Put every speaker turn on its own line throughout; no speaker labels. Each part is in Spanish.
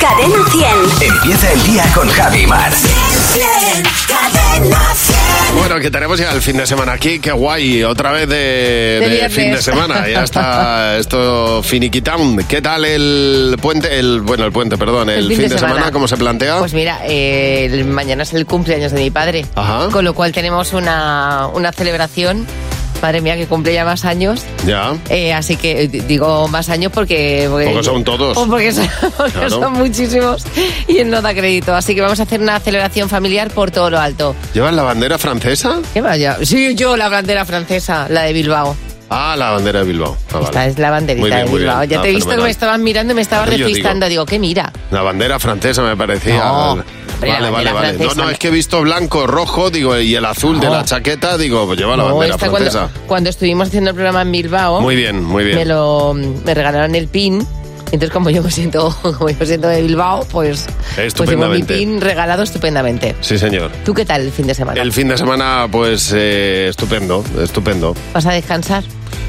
Cadena 100.
Empieza el día con Javi Mar.
Cadena 100.
Bueno, que tenemos ya el fin de semana aquí, qué guay, otra vez de, de
viernes.
fin de semana, ya está esto finiquitán. ¿Qué tal el puente, el bueno, el puente, perdón, el, fin, de semana, cómo se plantea?
Pues mira, eh, el- mañana es el cumpleaños de mi padre.
Ajá.
Con lo cual tenemos una, una celebración. Madre mía, que cumple ya más años.
ya.
Eh, así que eh, d- digo más años porque. Porque,
Porque son todos.
o porque son, porque
Claro.
son muchísimos y él no da crédito. Así que vamos a hacer una celebración familiar por todo lo alto.
¿Llevas la bandera francesa?
¿Qué vaya? Sí, yo la bandera francesa, la de Bilbao.
Ah, la bandera de Bilbao. Ah, vale.
Esta es la banderita
Muy bien,
de
muy
Bilbao.
bien.
Ya
Ah,
te he visto que me
fenomenal. Ah,
estabas mirando y me estabas
Yo digo.
despistando. Digo, ¿qué mira?
La bandera francesa me parecía.
No,
Vale,
hombre, la
vale, vale,
bandera
vale. No,
francesa.
no, es que he visto blanco, rojo, digo, y el azul de
No.
la chaqueta, digo, pues lleva la
No,
bandera
esta
francesa.
cuando, cuando estuvimos haciendo el programa en Bilbao,
Muy bien, muy bien.
me lo me regalaron el pin. Entonces, como yo me siento, como yo me siento de Bilbao, pues, pues tengo mi
Estupendamente.
pin regalado estupendamente.
Sí, señor.
¿Tú qué tal el fin de semana?
El fin de semana, pues eh, estupendo, estupendo.
¿Vas a descansar?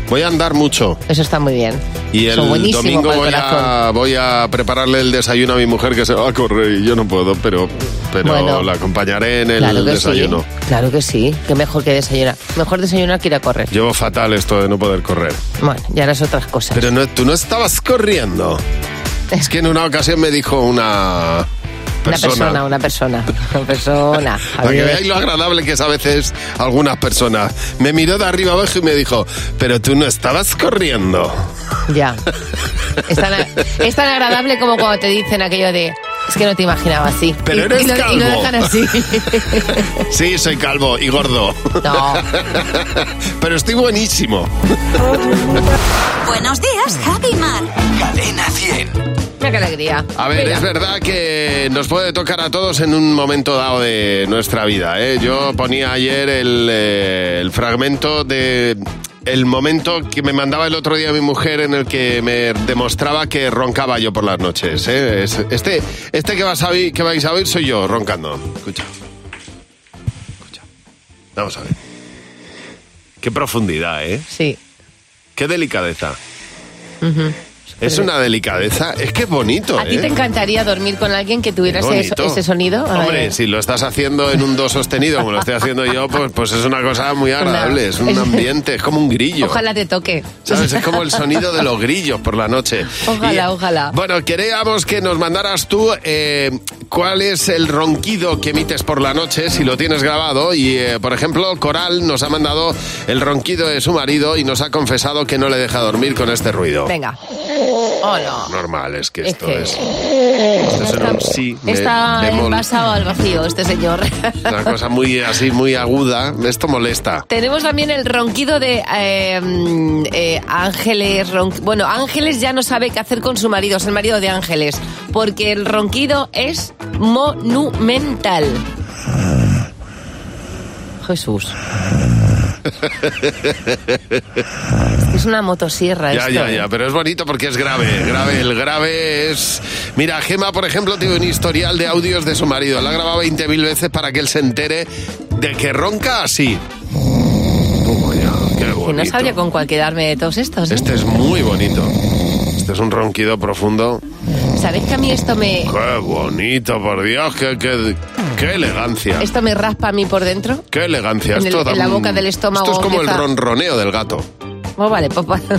Voy a andar mucho.
Eso está muy bien.
Y
Eso,
el
buenísimo
domingo
para el
voy
corazón.
a, voy a prepararle el desayuno a mi mujer que se va a correr y yo no puedo, pero, pero
Bueno.
la acompañaré en el
Claro que
desayuno.
sí. Claro que sí. Que mejor que desayunar. Mejor desayunar que ir a correr.
Llevo fatal esto de no poder correr.
Bueno, ya las otras cosas. Eh.
Pero no, tú no estabas corriendo. Es que en una ocasión me dijo una
una
persona.
persona, una persona, una persona. A
Para que
ver.
veáis lo agradable que es a veces algunas personas. Me miró de arriba abajo y me dijo, pero tú no estabas corriendo.
Ya. Es tan, es tan agradable como cuando te dicen aquello de. Es que no te imaginaba así.
Pero
Y-
eres
y lo, y lo
calvo.
dejan así.
Sí, soy calvo y gordo.
No.
Pero estoy buenísimo.
Buenos días, Javi Mar.
Cadena 100.
Mira qué alegría.
A ver, es verdad que nos puede tocar a todos en un momento dado de nuestra vida. ¿eh? Yo ponía ayer el, eh, el fragmento de el momento que me mandaba el otro día mi mujer en el que me demostraba que roncaba yo por las noches. ¿eh? Es- Este, este que, vas a oír- que vais a oír soy yo roncando. Escucha. Escucha. Vamos a ver. Qué profundidad, ¿eh?
Sí.
Qué delicadeza. Es una delicadeza. Es que es bonito.
¿A ti
¿eh?
te encantaría dormir con alguien que tuviera ese,
Bonito.
ese sonido? A
Hombre,
ver.
si lo estás haciendo en un do sostenido, como lo estoy haciendo yo, pues, pues es una cosa muy agradable. Es un ambiente, es como un grillo.
Ojalá te toque.
¿Sabes? Es como el sonido de los grillos por la noche.
Ojalá, ojalá.
Bueno, queríamos que nos mandaras tú eh, cuál es el ronquido que emites por la noche, si lo tienes grabado. Y, eh, por ejemplo, Coral nos ha mandado el ronquido de su marido y nos ha confesado que no le deja dormir con este ruido.
Venga. Oh, no.
Normal, es que
Es
esto
que-
es... Esto es en un sí, be-
Está
bemol.
envasado al vacío este señor.
Una cosa muy así, muy aguda. Esto molesta.
Tenemos también el ronquido de eh, mm, eh, Ángeles. ron- Bueno, Ángeles ya no sabe qué hacer con su marido, es el marido de Ángeles, porque el ronquido es monumental. Jesús. es una motosierra
Ya,
esto,
ya,
¿eh?
ya, pero es bonito porque es grave, grave. El grave es... Mira, Gema, por ejemplo, tiene un historial de audios de su marido. La ha grabado 20.000 veces para que él se entere de que ronca así. Oh, ya, qué
Que no
bonito.
sabría con cuál quedarme de todos estos. ¿eh?
Este es muy bonito. Este es un ronquido profundo.
¿Sabéis que a mí esto me,
Qué bonito, por Dios, qué, qué, qué elegancia.
esto me raspa a mí por dentro?
Qué elegancia.
Este- En el-
Esto da
en la
un-
boca del estómago
Esto es como el
empieza-
ronroneo del gato.
Pues vale, pues, pues-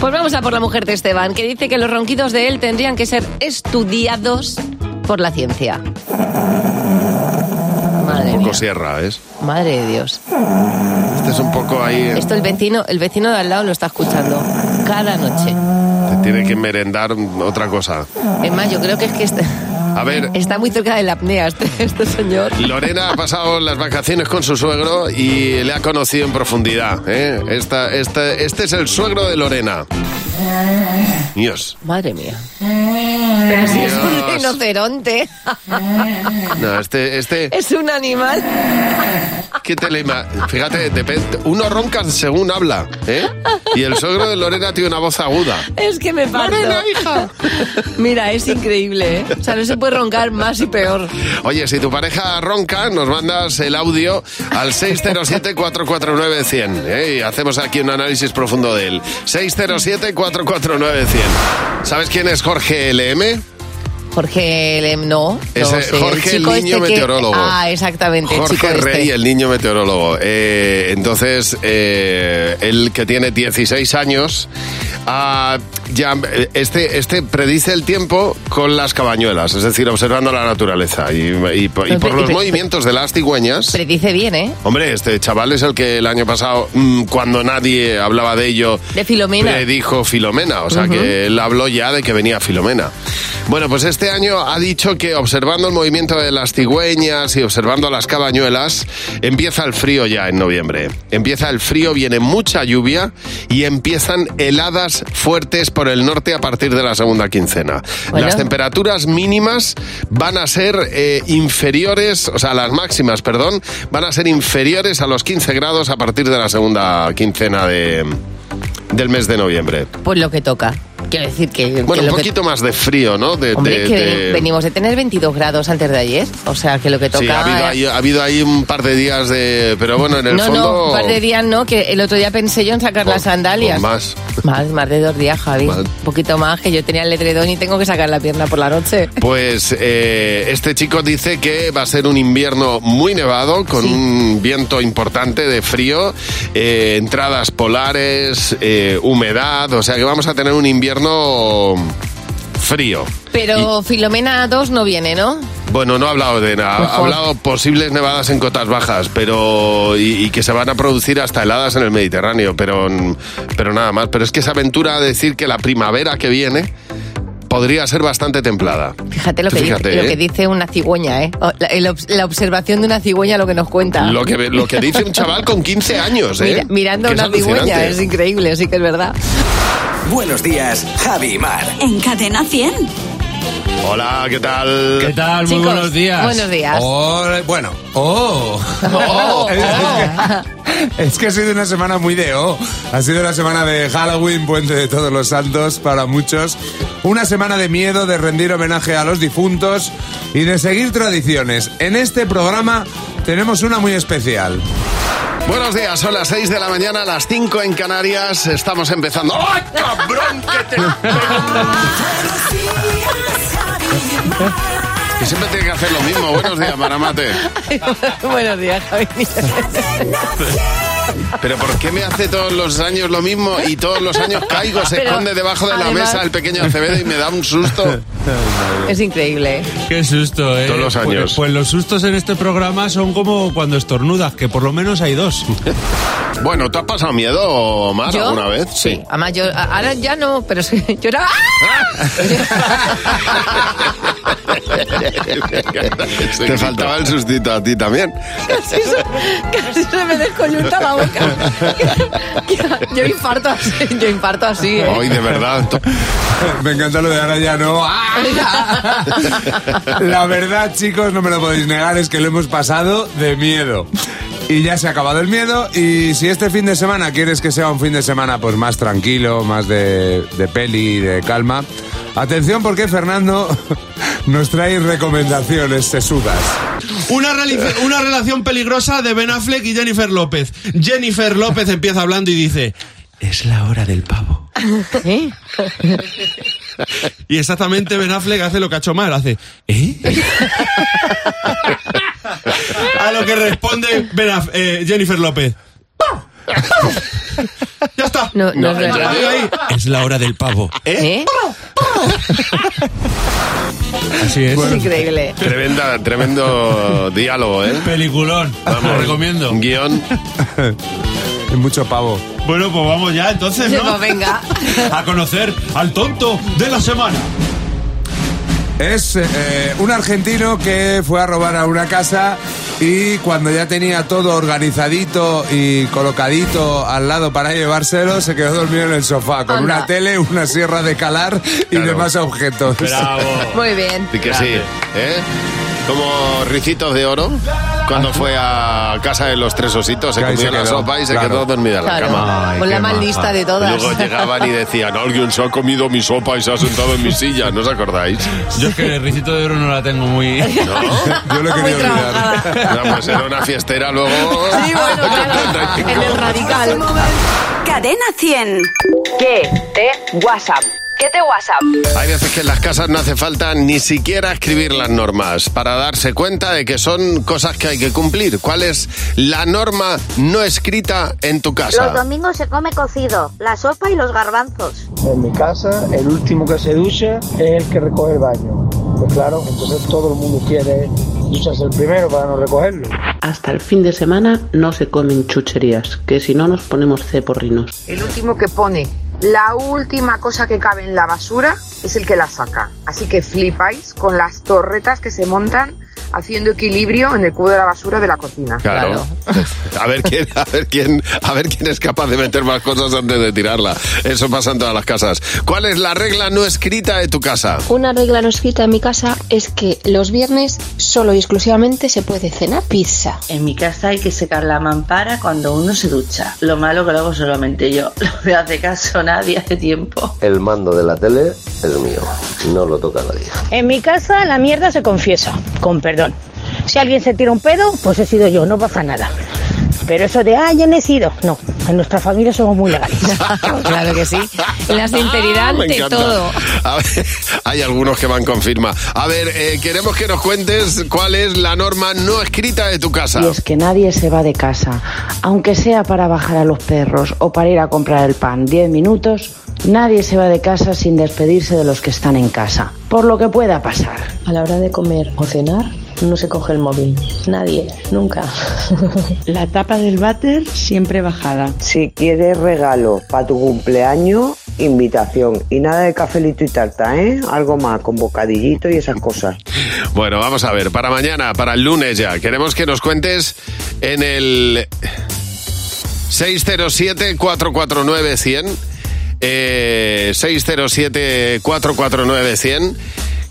pues vamos a por la mujer de Esteban, que dice que los ronquidos de él tendrían que ser estudiados por la ciencia. Madre
Un
mía,
poco sierra, ¿ves?
madre de Dios.
Este es un poco ahí...
Esto el vecino, el vecino de al lado lo está escuchando cada noche.
Te tiene que merendar otra cosa.
Es más, yo creo que es que está,
A ver,
está muy cerca de la apnea este, este señor.
Lorena ha pasado las vacaciones con su suegro y le ha conocido en profundidad. ¿eh? Esta, esta- este es el suegro de Lorena. Dios.
Madre mía. Pero si es un
Dios.
rinoceronte,
No, este, este,
es un animal.
¿qué te le ima- Fíjate, depende- uno ronca según habla, ¿eh? Y el suegro de Lorena tiene una voz aguda.
Es que me parto.
Lorena, hija.
Mira, es increíble, ¿eh? O sea, no se puede roncar más y peor.
Oye, si tu pareja ronca, nos mandas el audio al 607-449-100. ¿eh? Y hacemos aquí un análisis profundo de él. 607-449-100. ¿Sabes quién es Jorge LM?
Jorge Lem, no.
Ese
no sé,
Jorge, el niño
que-
meteorólogo.
ah, exactamente, el chico
Jorge
este.
Rey, el niño meteorólogo. Eh, entonces, eh, él que tiene 16 años, ah, ya, eh, este, este predice el tiempo con las cabañuelas, es decir, observando la naturaleza y, y por- y
Pero,
por
pero,
los
pero,
movimientos de las cigüeñas.
Predice bien, ¿eh?
Hombre, este chaval es el que el año pasado, mm, cuando nadie hablaba de ello,
De Filomena.
predijo Filomena. O sea,
Ujú.
que él habló ya de que venía Filomena. Bueno, pues este año ha dicho que observando el movimiento de las cigüeñas y observando las cabañuelas, empieza el frío ya en noviembre. Empieza el frío, viene mucha lluvia y empiezan heladas fuertes por el norte a partir de la segunda quincena. Las temperaturas mínimas van a ser eh, inferiores, o sea, las máximas, perdón, van a ser inferiores a los 15 grados a partir de la segunda quincena de, del mes de noviembre.
Pues lo que toca. Quiero decir que... que
Bueno, un
lo que-
poquito más de frío, ¿no? De,
Hombre,
de-
que
de-
venimos de tener 22 grados antes de ayer. O sea, que lo que toca...
Sí, ha habido, ahí, ha habido ahí un par de días de... Pero bueno, en el
no,
fondo...
no, un par de días no, que el otro día pensé yo en sacar las sandalias.
o más.
más. Más de dos días, Javi.
Más.
Un poquito más, que yo tenía el letredón y tengo que sacar la pierna por la noche.
Pues eh, este chico dice que va a ser un invierno muy nevado, con un viento importante de frío, eh, entradas polares, eh, humedad, o sea que vamos a tener un invierno frío.
Pero Filomena 2 no viene, ¿no?
Bueno, no ha hablado de nada, ha
Mejor.
hablado posibles nevadas en cotas bajas, pero y, y que se van a producir hasta heladas en el Mediterráneo, pero pero nada más. Pero es que se aventura a decir que la primavera que viene podría ser bastante templada.
Fíjate lo
Tú
que,
fíjate,
dice, lo
¿eh?
que dice una cigüeña, ¿eh? O- La, el obs- la observación de una cigüeña lo que nos cuenta.
Lo que, lo que dice un chaval con 15 años, ¿eh?
Mira- mirando
Que
a
es
una cigüeña,
alucinante.
es increíble, sí que es verdad.
Buenos días, Javi y Mar.
En Cadena 100.
Hola, ¿qué tal?
¿Qué tal? Muy
Chicos,
buenos días.
buenos días.
Hola, bueno, oh. Es
oh.
que- Es que ha sido una semana muy de oh. Ha sido la semana de Halloween, puente de todos los santos para muchos. Una semana de miedo, de rendir homenaje a los difuntos y de seguir tradiciones. En este programa tenemos una muy especial.
Buenos días, son las 6 de la mañana, las 5 en Canarias. Estamos empezando. ¡Ay,
¿Eh?
cabrón! Que te... que siempre tiene que hacer lo mismo. Buenos días, Maramate.
buenos días, Javi.
Pero ¿por qué me hace todos los años lo mismo y todos los años caigo, se
Pero,
esconde debajo de la
además-
mesa el pequeño Acevedo y me da un susto?
Es increíble.
Qué susto, ¿eh?
Todos los años.
Pues, pues los sustos en este programa son como cuando estornudas, que por lo menos hay dos.
Bueno, ¿tú has pasado miedo, Mar,
¿Yo?
alguna vez?
Sí. Además, yo a- ahora ya no, ¡ah! pero sí, yo era...
Te faltaba el sustito a ti también.
Casi se, casi se me descoyunta la boca. Yo infarto así, yo infarto así, ¿eh?
Hoy, de verdad. to-
Me encanta lo de ahora ya no. ¡Ah! La verdad, chicos, no me lo podéis negar, es que lo hemos pasado de miedo. Y ya se ha acabado el miedo y si este fin de semana quieres que sea un fin de semana pues más tranquilo, más de, de peli, de calma, atención porque Fernando nos trae recomendaciones sesudas.
Una, reali- una relación peligrosa de Ben Affleck y Jennifer López. Jennifer López empieza hablando y dice, es la hora del pavo.
¿Eh?
Y exactamente Ben Affleck hace lo que ha hecho mal, hace, ¿eh? A lo que responde Ben Aff- eh, Jennifer López. ya está.
No, no, es
en
verdad.
Ahí, ahí. Es la hora del pavo.
¿Eh?
Así es.
Es increíble.
Tremenda, tremendo diálogo, ¿eh?
Peliculón. Lo recomiendo.
Un Guión.
Es mucho pavo.
Bueno, pues vamos ya entonces,
Sí,
¿no?
pues venga.
A conocer al tonto de la semana.
Es eh, un argentino que fue a robar a una casa y cuando ya tenía todo organizadito y colocadito al lado para llevárselo, se quedó dormido en el sofá con
Anda.
una tele, una sierra de calar y
Claro.
demás objetos.
Muy bien.
Y que Ah, sí, ¿eh? Como Ricitos de Oro, cuando fue a casa de los tres ositos, se
Que ahí
comió
se
la
quedó,
sopa y se
claro.
quedó dormida en la cama.
Claro.
Ay,
Con la
qué
más
maja.
lista de todas.
Luego llegaban y decían, alguien se ha comido mi sopa y se ha sentado en mi silla, ¿no os acordáis?
Yo es que el risito de oro no la tengo muy...
Yo lo
Muy
quería olvidar.
trabajada.
No, pues era una fiestera luego...
Sí, bueno, claro. En el radical.
Cadena 100.
¿Qué? ¿Te? WhatsApp. ¿Qué te WhatsApp?
Hay veces que en las casas no hace falta ni siquiera escribir las normas para darse cuenta de que son cosas que hay que cumplir. ¿Cuál es la norma no escrita en tu
Los
casa?
domingos se come cocido, la sopa y los garbanzos.
En mi casa, el último que se ducha es el que recoge el baño. Pues claro, entonces todo el mundo quiere ducharse el primero para no recogerlo.
Hasta el fin de semana no se comen chucherías, que si no nos ponemos ceporrinos.
El último que pone la última cosa que cabe en la basura es el que la saca. Así que flipáis con las torretas que se montan haciendo equilibrio en el cubo de la basura de la cocina.
Claro. A ver quién, a ver quién, a ver quién es capaz de meter más cosas antes de tirarla. Eso pasa en todas las casas. ¿Cuál es la regla no escrita de tu casa?
Una regla no escrita en mi casa es que los viernes solo y exclusivamente se puede cenar pizza.
En mi casa hay que secar la mampara cuando uno se ducha. Lo malo que lo hago solamente yo. No me hace caso nadie hace tiempo.
El mando de la tele es mío, no lo toca nadie.
En mi casa la mierda se confiesa, con perdón. Si alguien se tira un pedo, pues he sido yo, no pasa nada. Pero eso de, ah, yo no he sido, no. En nuestra familia somos muy legales.
claro que sí. La sinceridad
Me
de
encanta.
todo.
A ver, hay algunos que van con firma. A ver, eh, queremos que nos cuentes cuál es la norma no escrita de tu casa.
Y es que nadie se va de casa, aunque sea para bajar a los perros o para ir a comprar el pan. Diez minutos, nadie se va de casa sin despedirse de los que están en casa, por lo que pueda pasar.
A la hora de comer o cenar, no se coge el móvil. Nadie, nunca.
La tapa del váter siempre bajada.
Si quieres regalo para tu cumpleaños, invitación. Y nada de cafelito y tarta, ¿eh? Algo más, con bocadillito y esas cosas.
Bueno, vamos a ver, para mañana, para el lunes ya, queremos que nos cuentes en el 607-449-100, eh, 607-449-100.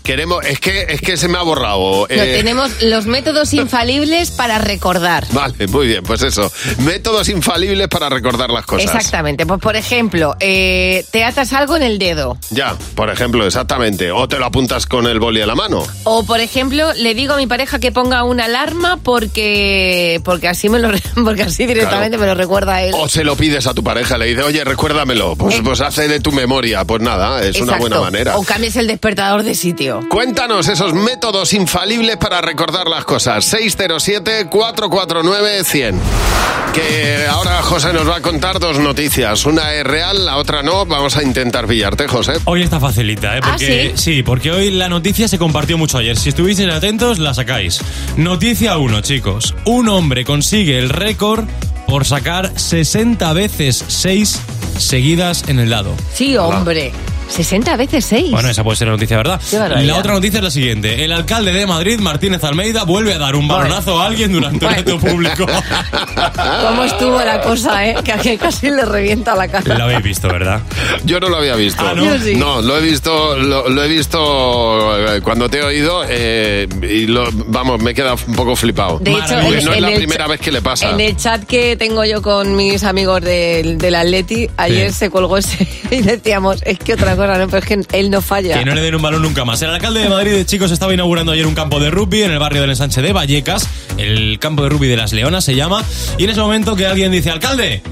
Queremos, es que, es que se me ha borrado.
No,
eh,
tenemos los métodos infalibles para recordar.
Vale, muy bien, pues eso. Métodos infalibles para recordar las cosas.
Exactamente. Pues por ejemplo, eh, te atas algo en el dedo.
Ya, por ejemplo, exactamente. O te lo apuntas con el boli a la mano.
O por ejemplo, le digo a mi pareja que ponga una alarma porque porque así me lo re- porque así directamente me lo recuerda él.
O se lo pides a tu pareja, le dices, oye, recuérdamelo. Pues, pues hace de tu memoria. Pues nada, es una
Eh. Exacto.
buena manera.
O cambies el despertador de sitio.
Cuéntanos esos métodos infalibles para recordar las cosas. 607-449-100. Que ahora José nos va a contar dos noticias. Una es real, la otra no. Vamos a intentar pillarte, José.
Hoy está facilita,
Ah,
¿eh? Porque, ¿sí? porque hoy la noticia se compartió mucho ayer. Si estuvisteis atentos, la sacáis. Noticia 1, chicos. Un hombre consigue el récord por sacar 60 veces 6 seguidas en el lado.
Sí, hombre. 60 veces 6.
Bueno, esa puede ser la noticia, ¿verdad?
Qué barbaridad.
La otra noticia es la siguiente. El alcalde de Madrid, Martínez Almeida, vuelve a dar un balonazo a alguien durante un acto público.
¿Cómo estuvo la cosa, eh? Que, que casi le revienta la cara.
Lo habéis visto, ¿verdad?
Yo no lo había visto.
Ah, ¿no? Yo sí.
No, lo he visto, lo, lo he visto eh, cuando te he oído eh, y lo- vamos, me he quedado un poco flipado.
De hecho,
Porque
en-
no es
en
la
el
primera
cha-
vez que le pasa.
En el chat que tengo yo con mis amigos del, del Atleti, ayer se colgó ese y decíamos, es que otra cosa, no, pero es que él no falla.
Que no le den un balón nunca más. El alcalde de Madrid, chicos, estaba inaugurando ayer un campo de rugby en el barrio del ensanche de Vallecas. El campo de rugby de las Leonas se llama. Y en ese momento que alguien dice, alcalde,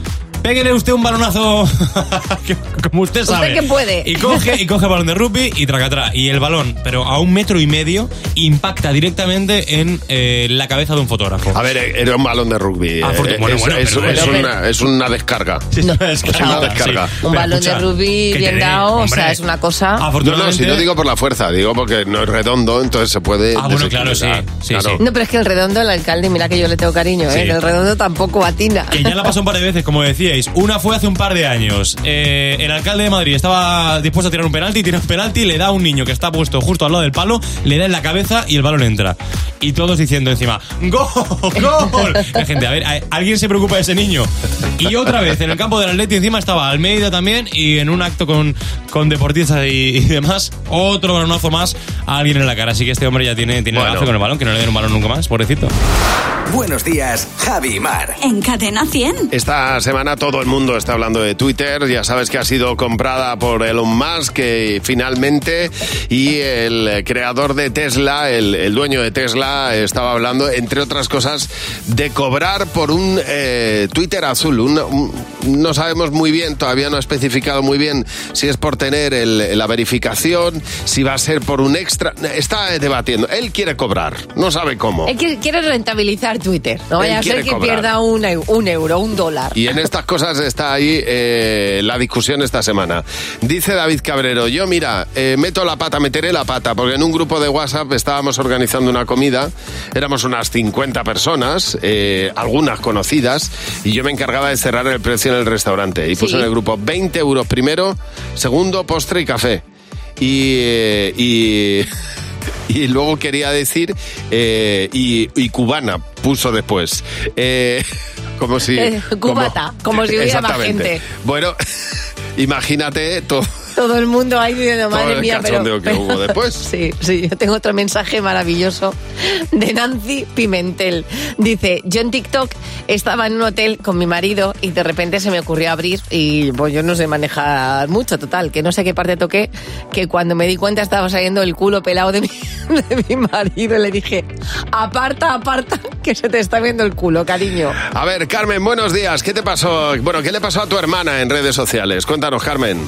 péguele usted un balonazo, que- como usted sabe.
que puede.
Y coge, y coge balón de rugby y tracatrá. Y el balón, pero a un metro y medio, impacta directamente en eh, la cabeza de un fotógrafo.
A ver, era un balón de rugby.
Ah, porque-
Eh,
bueno,
es,
bueno,
es-
pero
es
bueno.
una, es una descarga.
Es que-
Es una
Ah,
descarga.
sí.
Un
Pero
balón
escucha,
de rubí
que
bien
te den,
dado, o sea,
hombre.
es una cosa.
No, no,
Afortunadamente-
si no digo por la fuerza, digo porque no es redondo, entonces se puede.
Ah, bueno, claro, sí,
desequilibrar.
sí,
Claro.
No, pero es que el redondo, el alcalde, mira que yo le tengo cariño,
Sí.
¿eh? El redondo tampoco atina.
Que ya la pasó un par de veces, como decíais. Una fue hace un par de años. Eh, el alcalde de Madrid estaba dispuesto a tirar un penalti, tira un penalti, le da a un niño que está puesto justo al lado del palo, le da en la cabeza y el balón entra. Y todos diciendo encima, ¡Gol! ¡Gol! La gente, a ver, ¿a- ¿alguien se preocupa de ese niño? Y otra vez, en el campo del Atleti encima estaba Almeida también y en un acto con, con deportistas y, y demás, otro balonazo más a alguien en la cara. Así que este hombre ya tiene, tiene
Bueno.
gafe con el balón, que no le den un balón nunca más, pobrecito.
Buenos días, Javi y Mar.
En Cadena 100.
Esta semana todo el mundo está hablando de Twitter. Ya sabes que ha sido comprada por Elon Musk eh, finalmente y el eh, creador de Tesla, el, el dueño de Tesla, eh, estaba hablando, entre otras cosas, de cobrar por un eh, Twitter azul. Un- un- no sabemos muy bien, todavía no ha especificado muy bien si es por tener el- la verificación, si va a ser por un extra. Está eh, debatiendo. Él quiere cobrar, no sabe cómo.
Él quiere, quiere rentabilizar Twitter. No
Él
vaya a
quiere
ser que
cobrar.
pierda un, eu- un euro, un dólar.
Y en estas cosas está ahí eh, la discusión esta semana. Dice David Cabrero, yo mira, eh, meto la pata, meteré la pata, porque en un grupo de WhatsApp estábamos organizando una comida, éramos unas 50 personas, eh, algunas conocidas, y yo me encargaba de cerrar el precio en el restaurante. Y puse en el grupo 20 euros primero, segundo postre y café. Y... eh, y... Y luego quería decir, eh, y, y cubana, puso después. Eh, como si...
Eh, cubata, como si hubiera
Exactamente.
más gente.
Bueno, imagínate todo,
Todo el mundo ahí diciendo,
Todo
madre
el
mía, pero...
cachondeo que
pero-
hubo después.
Sí, sí, yo tengo otro mensaje maravilloso de Nancy Pimentel. Dice, yo en TikTok estaba en un hotel con mi marido y de repente se me ocurrió abrir y pues yo no sé manejar mucho, total, que no sé qué parte toqué, que cuando me di cuenta estaba saliendo el culo pelado de mi, de mi marido y le dije, aparta, aparta, que se te está viendo el culo, cariño.
A ver, Carmen, buenos días. ¿Qué te pasó? Bueno, ¿qué le pasó a tu hermana en redes sociales? Cuéntanos, Carmen.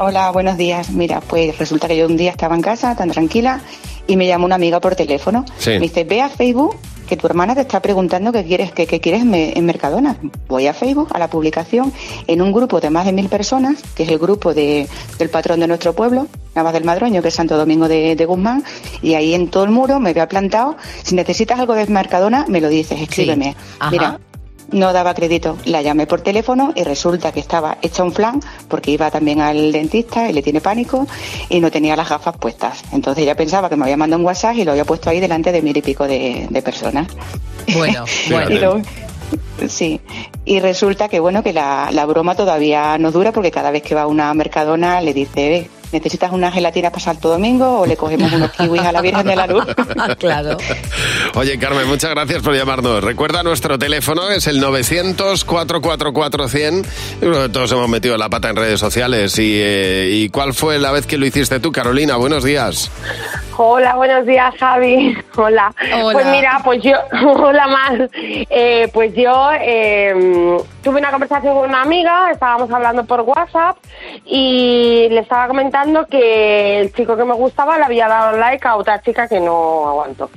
Hola, buenos días. Mira, pues resulta que yo un día estaba en casa tan tranquila y me llamó una amiga por teléfono.
Sí.
Me dice, ve a Facebook que tu hermana te está preguntando qué quieres, qué, qué quieres me- en Mercadona. Voy a Facebook, a la publicación, en un grupo de más de mil personas, que es el grupo de- del patrón de nuestro pueblo, Navas del Madroño, que es Santo Domingo de, de Guzmán, y ahí en todo el muro me había plantado, si necesitas algo de Mercadona, me lo dices, escríbeme.
Ajá.
Mira, no daba crédito. La llamé por teléfono y resulta que estaba hecha un flan porque iba también al dentista y le tiene pánico y no tenía las gafas puestas. Entonces ella pensaba que me había mandado un WhatsApp y lo había puesto ahí delante de mil y pico de, de personas.
Bueno,
Y lo- sí. Y resulta que bueno que la, la broma todavía no dura porque cada vez que va a una mercadona le dice "Eh, ¿Necesitas una gelatina para Santo Domingo o le cogemos unos kiwis a la Virgen de la Luz?
claro.
Oye, Carmen, muchas gracias por llamarnos. Recuerda nuestro teléfono, es el 900-444-100. Yo creo que todos hemos metido la pata en redes sociales. Y, eh, ¿Y cuál fue la vez que lo hiciste tú, Carolina? Buenos días.
Hola, buenos días, Javi. Hola.
Hola.
Pues mira, pues yo, hola Mar. Eh, pues yo eh, tuve una conversación con una amiga, estábamos hablando por WhatsApp y le estaba comentando que el chico que me gustaba le había dado like a otra chica que no aguanto.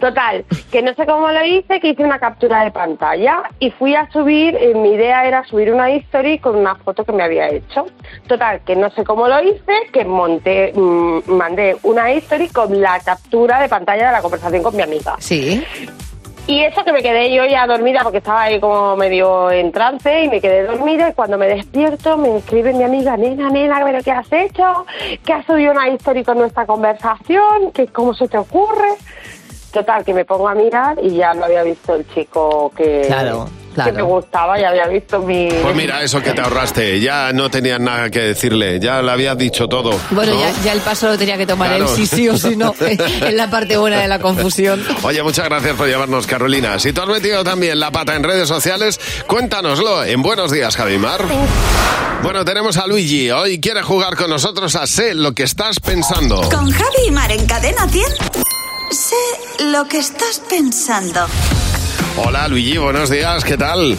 Total, que no sé cómo lo hice, que hice una captura de pantalla y fui a subir, eh, mi idea era subir una history con una foto que me había hecho. Total, que no sé cómo lo hice, que monté, mm, mandé una history con la captura de pantalla de la conversación con mi amiga.
Sí.
Y eso que me quedé yo ya dormida porque estaba ahí como medio en trance y me quedé dormida y cuando me despierto me escribe mi amiga, nena, nena, pero ¿qué has hecho? ¿Qué has subido una historia con nuestra conversación? ¿Qué, ¿Cómo se te ocurre? Total, que me pongo a mirar y ya lo había visto el chico que,
Claro, claro.
que me gustaba, ya había visto mi...
Pues mira, eso que te ahorraste. Ya no tenías nada que decirle. Ya le habías dicho todo.
Bueno,
¿no?
ya, ya el paso lo tenía que tomar
Claro.
él, sí, sí o sí no. es la parte buena de la confusión.
Oye, muchas gracias por llamarnos, Carolina. Si tú has metido también la pata en redes sociales, cuéntanoslo en Buenos Días, Javimar. Bueno, tenemos a Luigi. Hoy quiere jugar con nosotros a Sé lo que estás pensando.
Con Javi y Mar en Cadena 100. Sé lo que estás pensando.
Hola, Luigi, buenos días, ¿qué tal?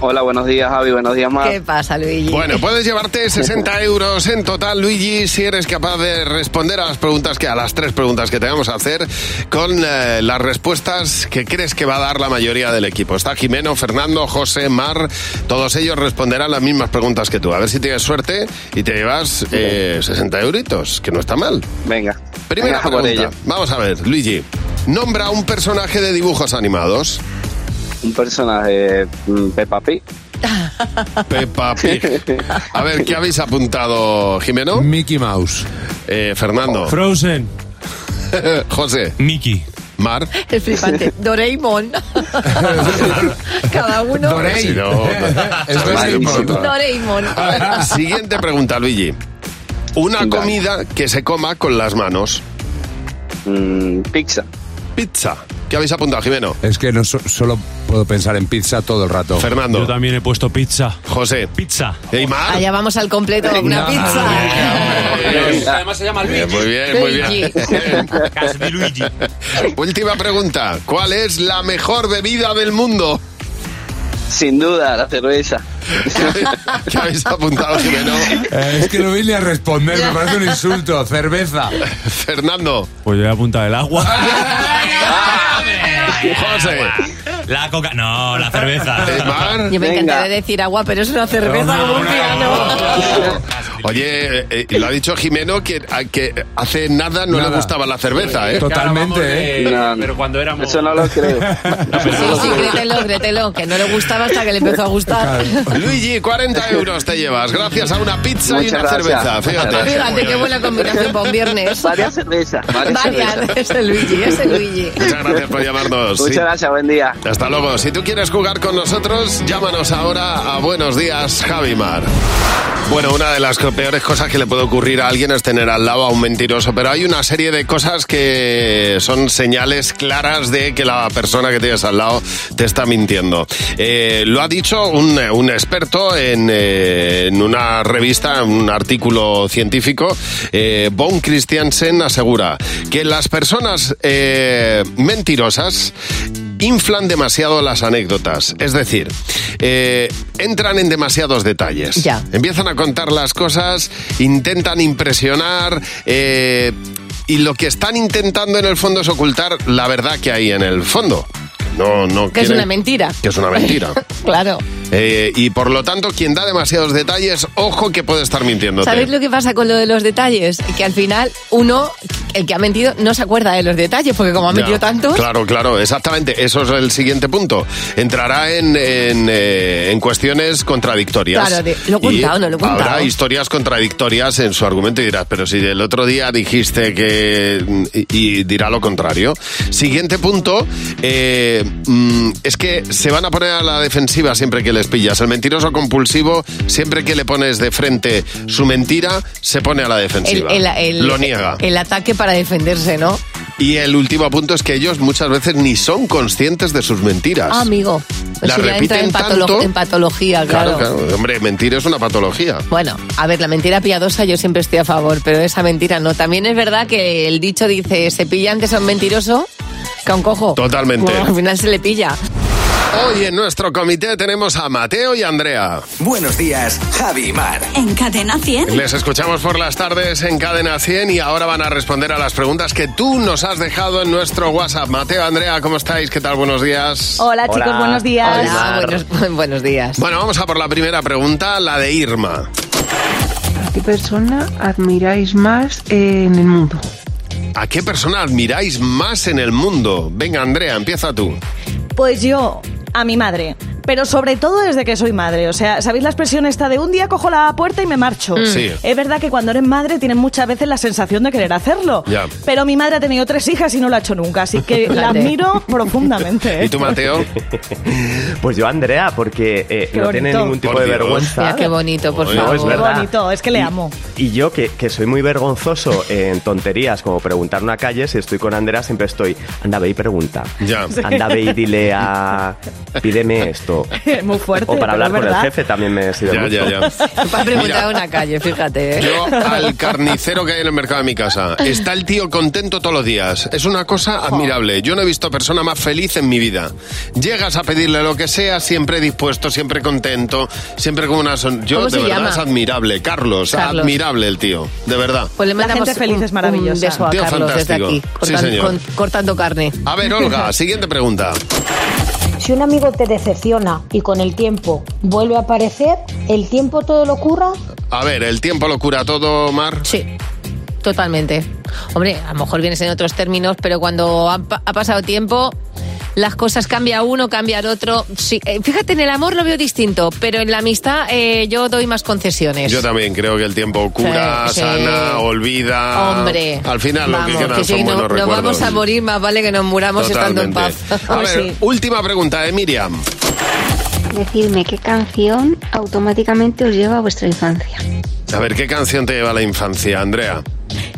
Hola, buenos días, Javi. Buenos días, Mar.
¿Qué pasa, Luigi?
Bueno, puedes llevarte 60 euros en total, Luigi, si eres capaz de responder a las preguntas que a las tres preguntas que te vamos a hacer con eh, las respuestas que crees que va a dar la mayoría del equipo. Está Jimeno, Fernando, José, Mar, todos ellos responderán las mismas preguntas que tú. A ver si tienes suerte y te llevas eh, 60 euritos, que no está mal.
Venga.
Primera
Venga, por
pregunta.
ello.
Vamos a ver, Luigi. Nombra un personaje de dibujos animados.
Un personaje, mm, Peppa Pig.
Peppa Pig. A ver, ¿qué habéis apuntado, Jimeno? Mickey Mouse. Fernando.
Frozen.
José. Mickey. Mar.
Es flipante. Doraemon. Cada uno.
Sí, no,
Esto
no, no, no.
Doraemon.
A ver,
Ah,
siguiente pregunta, Luigi. Una comida que se coma con las manos.
Mm, pizza.
Pizza. ¿Qué habéis apuntado, Jimeno?
Es que no so- solo puedo pensar en pizza todo el rato.
Fernando. Yo
también he puesto pizza.
José.
Pizza.
Neymar.
Allá vamos al completo, una pizza.
Además se llama Luigi. Muy bien, muy bien. Última pregunta. ¿Cuál es la mejor bebida del mundo?
Sin duda, la cerveza.
¿Qué habéis apuntado, Jimeno?
Eh, es que no vine a responder, me parece un insulto. Cerveza.
Fernando.
Pues yo he apuntado el agua.
José.
La coca. No, Oh, la cerveza.
Yo me encantaría decir agua, pero es una cerveza como un piano.
Oye, eh, eh, lo ha dicho Jimeno que, a- que hace nada no le
Nada.
gustaba la cerveza, ¿eh?
Totalmente, ¿eh?
Pero cuando éramos.
Eso no lo creo.
Sí, sí, créetelo, créetelo, que no le gustaba hasta que le empezó a gustar.
Luigi, 40 euros te llevas gracias a una pizza y
Muchas
una
gracias.
cerveza. Fíjate.
Muchas
Fíjate qué buena combinación para un viernes.
Varias cervezas. Varias.
Varias, ese Luigi, ese Luigi.
Muchas gracias por llamarnos.
Muchas gracias, buen día.
Hasta luego. Si tú quieres jugar con nosotros, llámanos ahora a Buenos Días, Javimar. Bueno, una de las co- peores cosas que le puede ocurrir a alguien es tener al lado a un mentiroso, pero hay una serie de cosas que son señales claras de que la persona que tienes al lado te está mintiendo. Eh, lo ha dicho un, eh, un experto en, eh, en una revista, en un artículo científico. Eh, Bon Christiansen asegura que las personas eh, mentirosas inflan demasiado las anécdotas. Es decir, eh, entran en demasiados detalles.
Ya.
Empiezan a contar las cosas, intentan impresionar. eh, y lo que están intentando en el fondo es ocultar la verdad que hay en el fondo. No, no
Que es
quieren-
una mentira.
Que es una mentira.
Claro.
Eh, y por lo tanto, quien da demasiados detalles, ojo que puede estar mintiéndote.
¿Sabéis lo que pasa con lo de los detalles? Que al final uno, el que ha mentido, no se acuerda de los detalles, porque como ha
Ya,
mentido tantos,
Claro, claro, exactamente. Eso es el siguiente punto. Entrará en, en, eh, en cuestiones contradictorias.
Claro, de, ¿lo he contado o no lo he contado?
Habrá historias contradictorias en su argumento y dirás, pero si del otro día dijiste que... y, y dirá lo contrario. Siguiente punto, eh, mm, es que se van a poner a la defensiva siempre que les pillas. El mentiroso compulsivo, siempre que le pones de frente su mentira, se pone a la
el,
defensiva.
el- el-
lo niega.
el ataque para defenderse, ¿no?
Y el último punto es que ellos muchas veces ni son conscientes de sus mentiras.
Ah, amigo. Pues
La
si ya entra
repiten
en, patolo- en patología, claro.
claro, claro. Hombre, mentir es una patología.
Bueno, a ver, la mentira piadosa yo siempre estoy a favor, pero esa mentira no. También es verdad que el dicho dice, se pilla antes a un mentiroso que a un cojo.
Totalmente.
Bueno, al final se le pilla.
Hoy en nuestro comité tenemos a Mateo y a Andrea.
Buenos días, Javi y Mar.
En Cadena 100.
Les escuchamos por las tardes en Cadena 100 y ahora van a responder a las preguntas que tú nos has dejado en nuestro WhatsApp. Mateo, Andrea, ¿cómo estáis? ¿Qué tal? Buenos días.
Hola, chicos, buenos días.
Hola, buenos, buenos días.
Bueno, vamos a por la primera pregunta, la de Irma.
¿Qué persona admiráis más en el mundo?
¿A qué persona admiráis más en el mundo? Venga, Andrea, empieza tú.
Pues yo, a mi madre. Pero sobre todo desde que soy madre. O sea, ¿sabéis la expresión esta de un día cojo la puerta y me marcho?
Mm. Sí.
Es verdad que cuando eres madre tienes muchas veces la sensación de querer hacerlo.
Ya.
Pero mi madre ha tenido tres hijas y no lo ha hecho nunca. Así que la
Fíjate.
admiro profundamente. ¿eh?
¿Y tú, Mateo?
pues yo, Andrea, porque eh,
Qué
no tiene
bonito.
ningún tipo
Por
de
Dios.
vergüenza.
Mira qué bonito, por
No,
pues,
favor.
es verdad.
Bonito, es que le amo.
Y yo, que, que soy muy vergonzoso en tonterías, como preguntar una calle, si estoy con Andrea, siempre estoy, anda, ve y pregunta.
Ya.
Sí. Anda, ve y dile a... pídeme esto.
Muy fuerte.
o para hablar
pero
con
es
el
verdad.
jefe también me sirve
Ya,
mucho.
ya, ya.
Para preguntar a una calle, fíjate. ¿eh?
Yo al carnicero que hay en el mercado de mi casa. Está el tío contento todos los días. Es una cosa admirable. Yo no he visto persona más feliz en mi vida. Llegas a pedirle lo que sea, siempre dispuesto, siempre contento, siempre con una son... Yo,
¿Cómo
de
se
verdad,
llama?
es admirable. Carlos,
Carlos.
admirable el tío. De verdad.
Pues le mandamos
gente feliz
un-
es maravillosa.
Un beso a
Tío
Carlos
fantástico.
desde aquí,
Sí,
cortan-
señor.
con- cortando carne.
A ver, Olga, siguiente pregunta.
Si un amigo te decepciona y con el tiempo vuelve a aparecer, ¿el tiempo todo lo cura?
A ver, ¿el tiempo lo cura todo, Mar?
Sí. Totalmente. Hombre, a lo mejor vienes en otros términos, pero cuando ha, pa- ha pasado tiempo, las cosas cambia uno, cambia el otro. Sí, eh, fíjate, en el amor lo veo distinto, pero en la amistad eh, yo doy más concesiones.
Yo también creo que el tiempo cura,
Sí, sí.
sana, olvida.
Hombre,
Al final lo
vamos,
que quedan
que
son
si no-
buenos
nos
recuerdos.
vamos a morir, más vale que nos muramos estando en
Totalmente.
paz.
A ver, última pregunta de Miriam.
Decidme qué canción automáticamente os lleva a vuestra infancia.
A ver, ¿qué canción te lleva a la infancia, Andrea?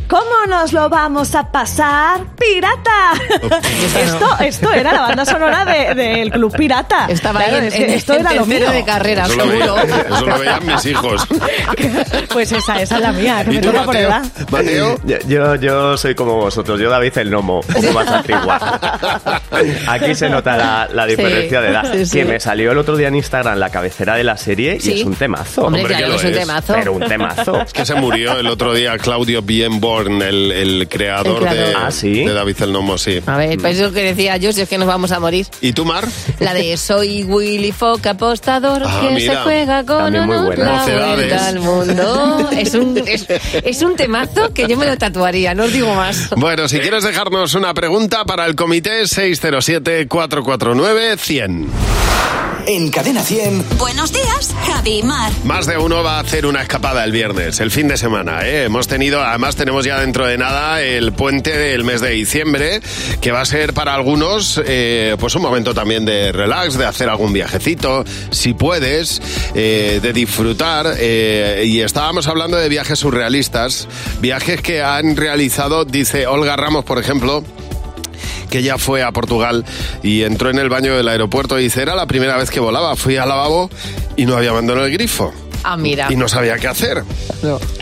¿Cómo nos lo vamos a pasar, pirata? esto, esto era la banda sonora de- del Club Pirata.
Estaba ahí en-
es que
en-
esto
en
era lo
Ah, tercero
mío.
de carrera,
Eso lo, veía- eso lo veían mis hijos.
Pues esa, esa es la mía, que
¿Y
me
tú,
toca por
Mateo?
edad.
Mateo.
Yo, yo, yo soy como vosotros, yo David el gnomo, como más antigua. Aquí se nota la, la diferencia
Sí,
de edad.
sí, sí.
Que me salió el otro día en Instagram la cabecera de la serie
Sí.
y es un temazo.
Hombre, Hombre, claro, que lo es un es. temazo.
Pero un temazo.
Es que se murió el otro día Claudio Bienborn, el, el creador,
El creador.
De,
Ah, ¿sí? Ah.
de David el Nomo, sí.
A ver, pues eso que decía yo, si es que nos vamos a morir.
¿Y tú, Mar?
La de Soy Willy Fox, apostador,
Ah,
que
mira.
se juega con
También muy
honor
buena.
la
Mocedades.
vuelta al mundo. Es un, es, es un temazo que yo me lo tatuaría, no os digo más.
Bueno, si quieres dejarnos una pregunta para el comité 607-449-100.
En Cadena 100.
Buenos días, Javi y Mar.
Más de uno va a hacer una escapada el viernes, el fin de semana. ¿eh? Hemos tenido, además tenemos ya dentro de nada el puente del mes de diciembre, que va a ser para algunos eh, pues un momento también de relax, de hacer algún viajecito, si puedes, eh, de disfrutar. eh, y estábamos hablando de viajes surrealistas, viajes que han realizado, dice Olga Ramos, por ejemplo, que ya fue a Portugal y entró en el baño del aeropuerto y dice, era la primera vez que volaba, fui al lavabo y no había abandono el grifo.
Ah, mira.
Y no sabía qué hacer.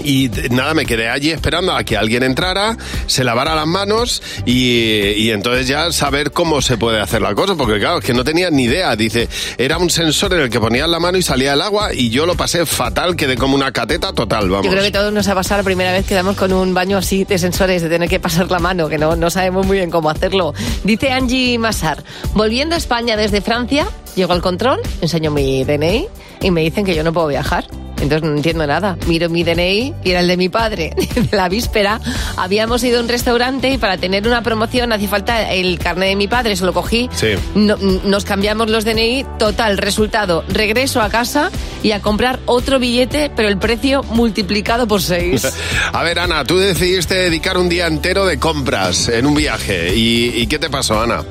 Y eh, nada, me quedé allí esperando a que alguien entrara, se lavara las manos y, y entonces ya saber cómo se puede hacer la cosa, porque claro, es que no tenía ni idea. Dice, era un sensor en el que ponías la mano y salía el agua y yo lo pasé fatal, quedé como una cateta total, vamos.
Yo creo que todos nos ha pasado la primera vez que damos con un baño así de sensores, de tener que pasar la mano, que no, no sabemos muy bien cómo hacerlo. Dice Angie Massar, volviendo a España desde Francia, llego al control, enseño mi DNI y me dicen que yo no puedo viajar. Entonces no entiendo nada. Miro mi DNI y era el de mi padre. la víspera habíamos ido a un restaurante y para tener una promoción hacía falta el carnet de mi padre, se lo cogí.
Sí.
No- nos cambiamos los DNI, total, resultado, regreso a casa y a comprar otro billete, pero el precio multiplicado por 6.
A ver, Ana, tú decidiste dedicar un día entero de compras en un viaje. ¿Y, y qué te pasó, Ana?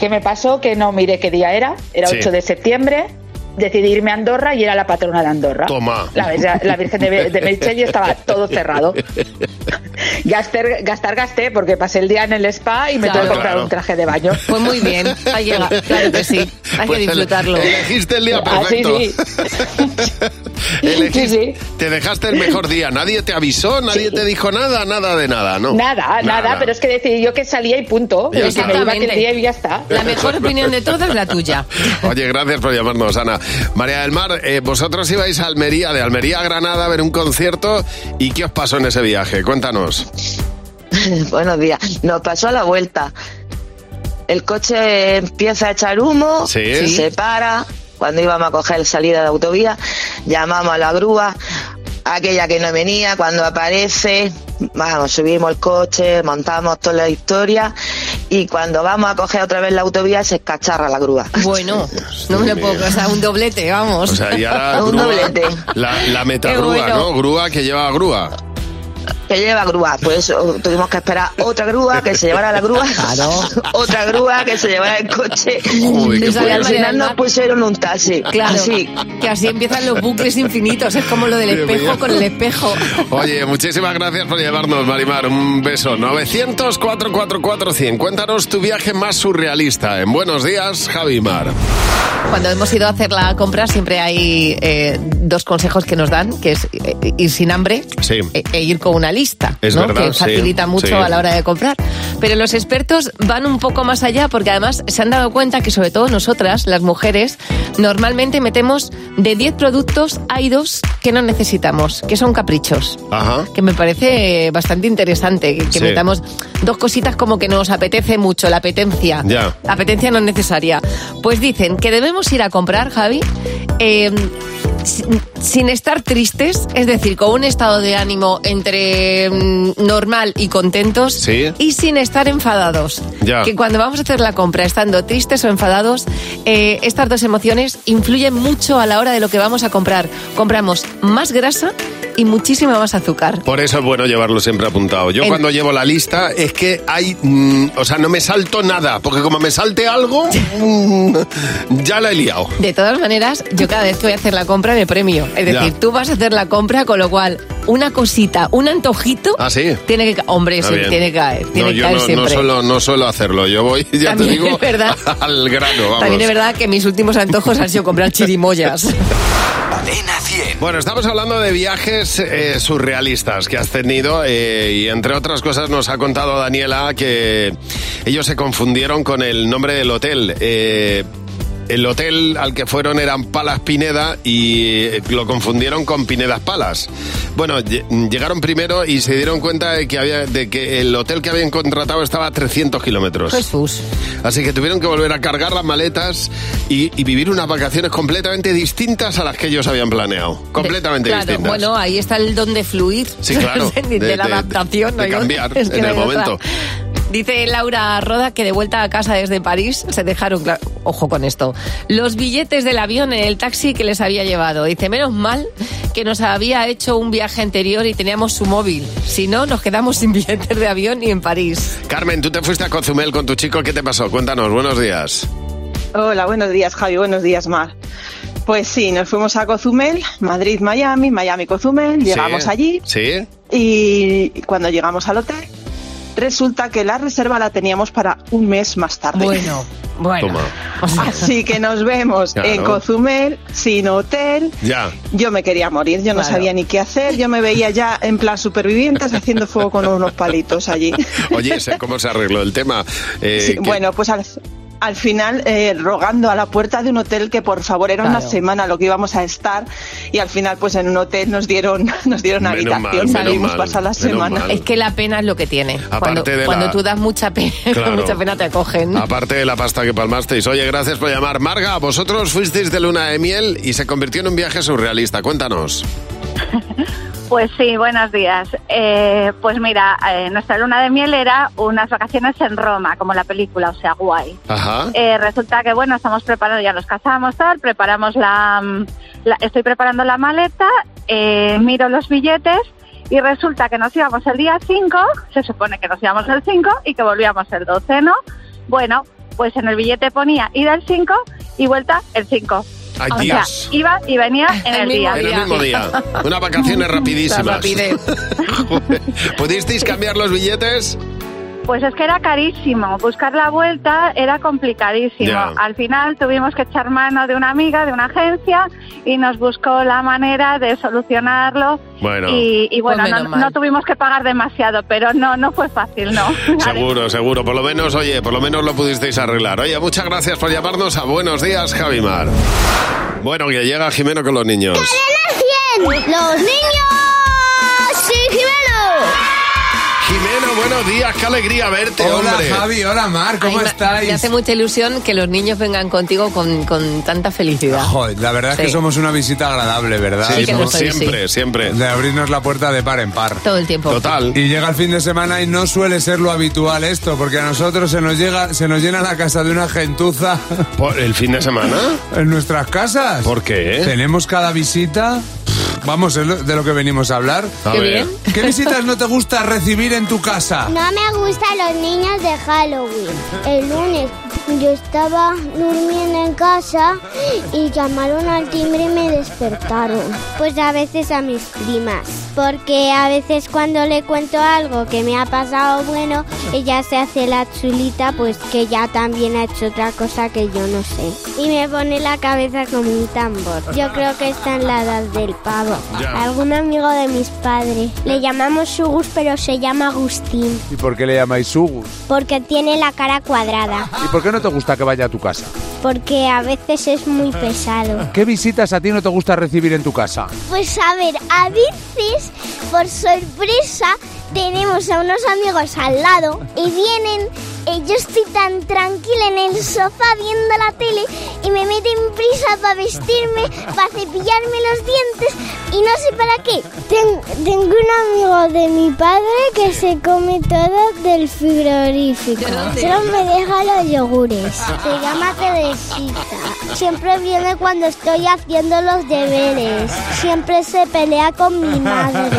¿Qué me pasó? Que no miré qué día era, era
Sí.
8 de septiembre, decidí irme a Andorra y era la patrona de Andorra.
Toma.
La, Virgen- la Virgen de, de Melchor y estaba todo cerrado. Gastar, gastar gasté porque pasé el día en el spa y me
Claro.
tuve que comprar
Claro.
un traje de baño.
Pues muy bien, ha llegado, claro que sí, hay
Pues
que
ele-
disfrutarlo.
Elegiste el día
Ah, sí,
perfecto.
sí.
Elegiste- Te dejaste el mejor día. Nadie te avisó, nadie te dijo nada, nada de nada, ¿no?
Nada, nada, pero es que decidí yo que salía y punto.
Ya
Y que me iba aquel
Exactamente.
día y ya está.
La mejor opinión de todas la tuya.
Oye, gracias por llamarnos, Ana. María del Mar, eh, vosotros ibais a Almería, de Almería a Granada, a ver un concierto. ¿Y qué os pasó en ese viaje? Cuéntanos.
Buenos días. Nos pasó a la vuelta. El coche empieza a echar humo,
Sí.
se para. Cuando íbamos a coger salida de autovía, llamamos a la grúa, aquella que no venía, cuando aparece, vamos, subimos el coche, Eh, montamos toda la historia y cuando vamos a coger otra vez la autovía se escacharra la grúa.
Bueno, no me lo puedo, o sea, un doblete, vamos.
O sea, ya la
Un
grúa,
doblete.
la, la metagrúa,
Qué bueno.
¿no? Grúa que lleva grúa.
que lleva grúa. Por eso tuvimos que esperar otra grúa que se llevara la grúa, otra grúa que se llevara el coche.
Uy, qué
y al
fuerte.
final nos pusieron un taxi.
Claro,
Así.
que así empiezan los bucles infinitos, es como lo del
Dios
espejo
mío.
con el espejo.
Oye, muchísimas gracias por llevarnos, Marimar. Un beso. 900-444-100. Cuéntanos tu viaje más surrealista. En Buenos Días, Javi y Mar.
Cuando hemos ido a hacer la compra siempre hay eh, dos consejos que nos dan, que es eh, ir sin hambre
Sí.
e, e ir con una lista,
Es
¿no?
verdad,
que
sí,
facilita mucho
sí.
a la hora de comprar. Pero los expertos van un poco más allá porque además se han dado cuenta que sobre todo nosotras, las mujeres, normalmente metemos de 10 productos hay dos que no necesitamos, que son caprichos.
Ajá.
Que me parece bastante interesante que, que
Sí.
metamos dos cositas como que nos apetece mucho, la apetencia.
Ya.
La apetencia no es necesaria. Pues dicen que debemos ir a comprar, Javi, eh, sin, sin estar tristes, es decir, con un estado de ánimo entre mm, normal y contentos
Sí.
y sin estar enfadados.
Ya.
Que cuando vamos a hacer la compra estando tristes o enfadados, eh, estas dos emociones influyen mucho a la hora de lo que vamos a comprar. Compramos más grasa y muchísima más azúcar.
Por eso es bueno llevarlo siempre apuntado. Yo
En-
cuando llevo la lista es que hay... mm, o sea, no me salto nada, porque como me salte algo, mm, ya la he liado.
De todas maneras, yo cada vez que voy a hacer la compra de premio. Es decir,
Ya.
tú vas a hacer la compra, con lo cual, una cosita, un antojito,
Ah, sí.
tiene que ca- Hombre,
Ah,
sí,
bien.
tiene que caer. Tiene
No,
que
yo
caer
no, no
siempre.
suelo, no suelo hacerlo. Yo voy, ya
También
te digo,
es verdad.
al grano. Vamos.
También es verdad que mis últimos antojos han sido comprar chirimoyas.
Bueno, estamos hablando de viajes eh, surrealistas que has tenido eh, y entre otras cosas nos ha contado Daniela que ellos se confundieron con el nombre del hotel. Eh, el hotel al que fueron eran Palas Pineda y eh, lo confundieron con Pinedas Palas. Bueno, lle- llegaron primero y se dieron cuenta de que, había, de que el hotel que habían contratado estaba a 300 kilómetros.
Jesús.
Así que tuvieron que volver a cargar las maletas y, y vivir unas vacaciones completamente distintas a las que ellos habían planeado. Completamente
claro,
distintas.
bueno, ahí está el don de fluir.
Sí, claro.
de, de
De-
la
de-
adaptación.
de
¿no?
cambiar en
no
el
hay otra.
momento.
Dice Laura Roda que de vuelta a casa desde París se dejaron, cla- ojo con esto, los billetes del avión en el taxi que les había llevado. Dice, menos mal que nos había hecho un viaje anterior y teníamos su móvil. Si no, nos quedamos sin billetes de avión y en París.
Carmen, tú te fuiste a Cozumel con tu chico. ¿Qué te pasó? Cuéntanos. Buenos días.
Hola, buenos días Javi, buenos días Mar. Pues sí, nos fuimos a Cozumel, Madrid, Miami, Miami, Cozumel, llegamos
Sí.
allí
Sí.
y cuando llegamos al hotel resulta que la reserva la teníamos para un mes más tarde.
Bueno, bueno.
Toma.
Así que nos vemos
Claro.
en Cozumel, sin hotel.
Ya.
Yo me quería morir, yo no
Claro.
sabía ni qué hacer, yo me veía ya en plan supervivientes haciendo fuego con unos palitos allí.
Oye, ¿se- ¿cómo se arregló el tema? Eh,
Sí,
que-
bueno, pues al, al final eh, rogando a la puerta de un hotel que por favor era una
Claro.
semana lo que íbamos a estar y al final pues en un hotel nos dieron nos dieron
Menos mal,
habitación,
menos
salimos
mal,
pasar la
menos
semana.
mal.
Es que la pena es lo que tiene. Cuando,
de la-
cuando tú das mucha pena,
Claro.
mucha pena te cogen.
Aparte de la pasta que palmasteis. Oye, gracias por llamar. Marga, vosotros fuisteis de luna de miel y se convirtió en un viaje surrealista. Cuéntanos.
Pues sí, buenos días. Eh, pues mira, eh, nuestra luna de miel era unas vacaciones en Roma, como la película, o sea, guay.
Ajá.
Eh, resulta que, bueno, estamos preparando, ya nos casamos, tal, preparamos la, mm, la- Estoy preparando la maleta, eh, miro los billetes y resulta que nos íbamos el día 5, se supone que nos íbamos el 5 y que volvíamos el 12, ¿no? Bueno, pues en el billete ponía ida el 5 y vuelta el 5.
Ay,
o
Dios.
sea, iba y venía en el, día.
En el mismo día. Unas vacaciones rapidísimas. Joder. ¿Pudisteis cambiar los billetes?
Pues es que era carísimo, buscar la vuelta era complicadísimo.
Ya.
Al final tuvimos que echar mano de una amiga, de una agencia, y nos buscó la manera de solucionarlo.
Bueno.
y, y bueno,
Pues
no,
menos mal.
no tuvimos que pagar demasiado, pero no, no fue fácil, no.
Seguro, seguro. Por lo menos, oye, por lo menos lo pudisteis arreglar. Oye, muchas gracias por llamarnos a Buenos Días, Javimar. Bueno, que llega Jimeno con los niños.
¡Los niños! ¡Sí,
Jimeno, buenos días, qué alegría verte,
Hola,
hombre.
Javi, hola, Mar, ¿cómo
Ay, me-
estáis?
Me hace mucha ilusión que los niños vengan contigo con, con tanta felicidad.
Joder, la verdad es
Sí.
que somos una visita agradable, ¿verdad?
Sí, Sí, que lo soy, siempre,
siempre.
De abrirnos la puerta de par en par.
Todo el tiempo.
Y llega el fin de semana y no suele ser lo habitual esto, porque a nosotros se nos llega, se nos llena la casa de una gentuza.
¿Por el fin de semana?
En nuestras casas.
¿Por qué?
Tenemos cada visita. Pff, Vamos, es lo- de lo que venimos a hablar.
A Qué ver. bien.
¿Qué visitas no te gusta recibir en tu casa?
No me gustan los niños de Halloween. El lunes yo estaba durmiendo en casa y llamaron al timbre y me despertaron. Pues a veces a mis primas. Porque a veces cuando le cuento algo que me ha pasado bueno, ella se hace la chulita, pues que ya también ha hecho otra cosa que yo no sé. Y me pone la cabeza como un tambor. Yo creo que está en la edad del pavo.
Ya.
Algún amigo de mis padres. Le llamamos Sugus, pero se llama Agustín.
¿Y por qué le llamáis Sugus?
Porque tiene la cara cuadrada.
¿Y por qué no te gusta que vaya a tu casa?
Porque a veces es muy pesado.
¿Qué visitas a ti no te gusta recibir en tu casa?
Pues a ver, a veces, por sorpresa, tenemos a unos amigos al lado y vienen. eh, yo estoy tan tranquila en el sofá viendo la tele y me meten prisa para vestirme, para cepillarme los dientes y Y no sé para qué. Ten- tengo un amigo de mi padre que se come todo del frigorífico. Solo me deja los yogures. Se llama Teresita. Siempre viene cuando estoy haciendo los deberes. Siempre se pelea con mi madre.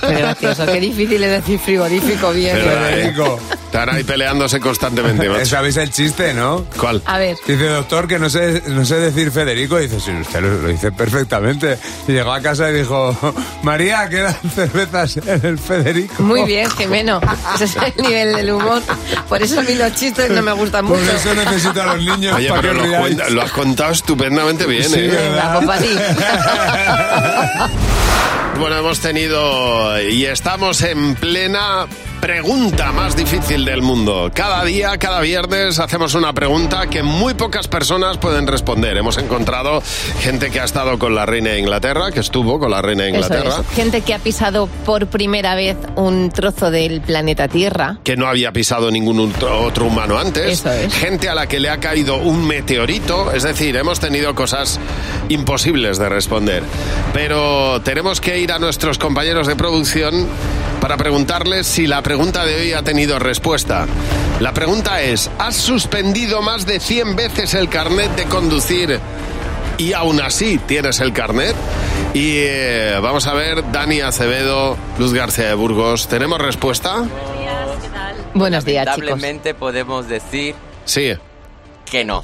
Qué gracioso, qué difícil es decir frigorífico bien.
¿Verdad, eh? Están ahí peleándose constantemente, macho.
¿Sabéis el chiste, no?
¿Cuál?
A ver.
Dice, doctor, que no sé, no sé decir Federico. Dice, sí, usted lo, lo dice perfectamente. Y llegó a casa y dijo, María, quedan cervezas en el Federico.
Muy bien, Jimeno. Ese es el nivel del humor. Por eso a mí los chistes no me gustan mucho.
Por eso necesito a los niños
Oye,
para
pero
que
lo,
riáis.
cuenta- lo has contado estupendamente bien,
Sí,
¿eh?
¿verdad?
Venga, compadre.
Bueno, hemos tenido y estamos en plena pregunta más difícil del mundo. Cada día, cada viernes, hacemos una pregunta que muy pocas personas pueden responder. Hemos encontrado gente que ha estado con la reina de Inglaterra, que estuvo con la reina de
Eso
Inglaterra,
es. Gente que ha pisado por primera vez un trozo del planeta Tierra.
que no había pisado ningún otro otro humano antes,
Eso es.
gente a la que le ha caído un meteorito, es decir, hemos tenido cosas imposibles de responder. Pero tenemos que ir a nuestros compañeros de producción para preguntarles si la pregunta de hoy ha tenido respuesta. La pregunta es, ¿has suspendido más de 100 veces el carnet de conducir y aún así tienes el carnet? Y eh, vamos a ver, Dani Acevedo, Luz García de Burgos, ¿tenemos respuesta?
Buenos días, chicos.
Lamentablemente podemos decir
Sí.
que no.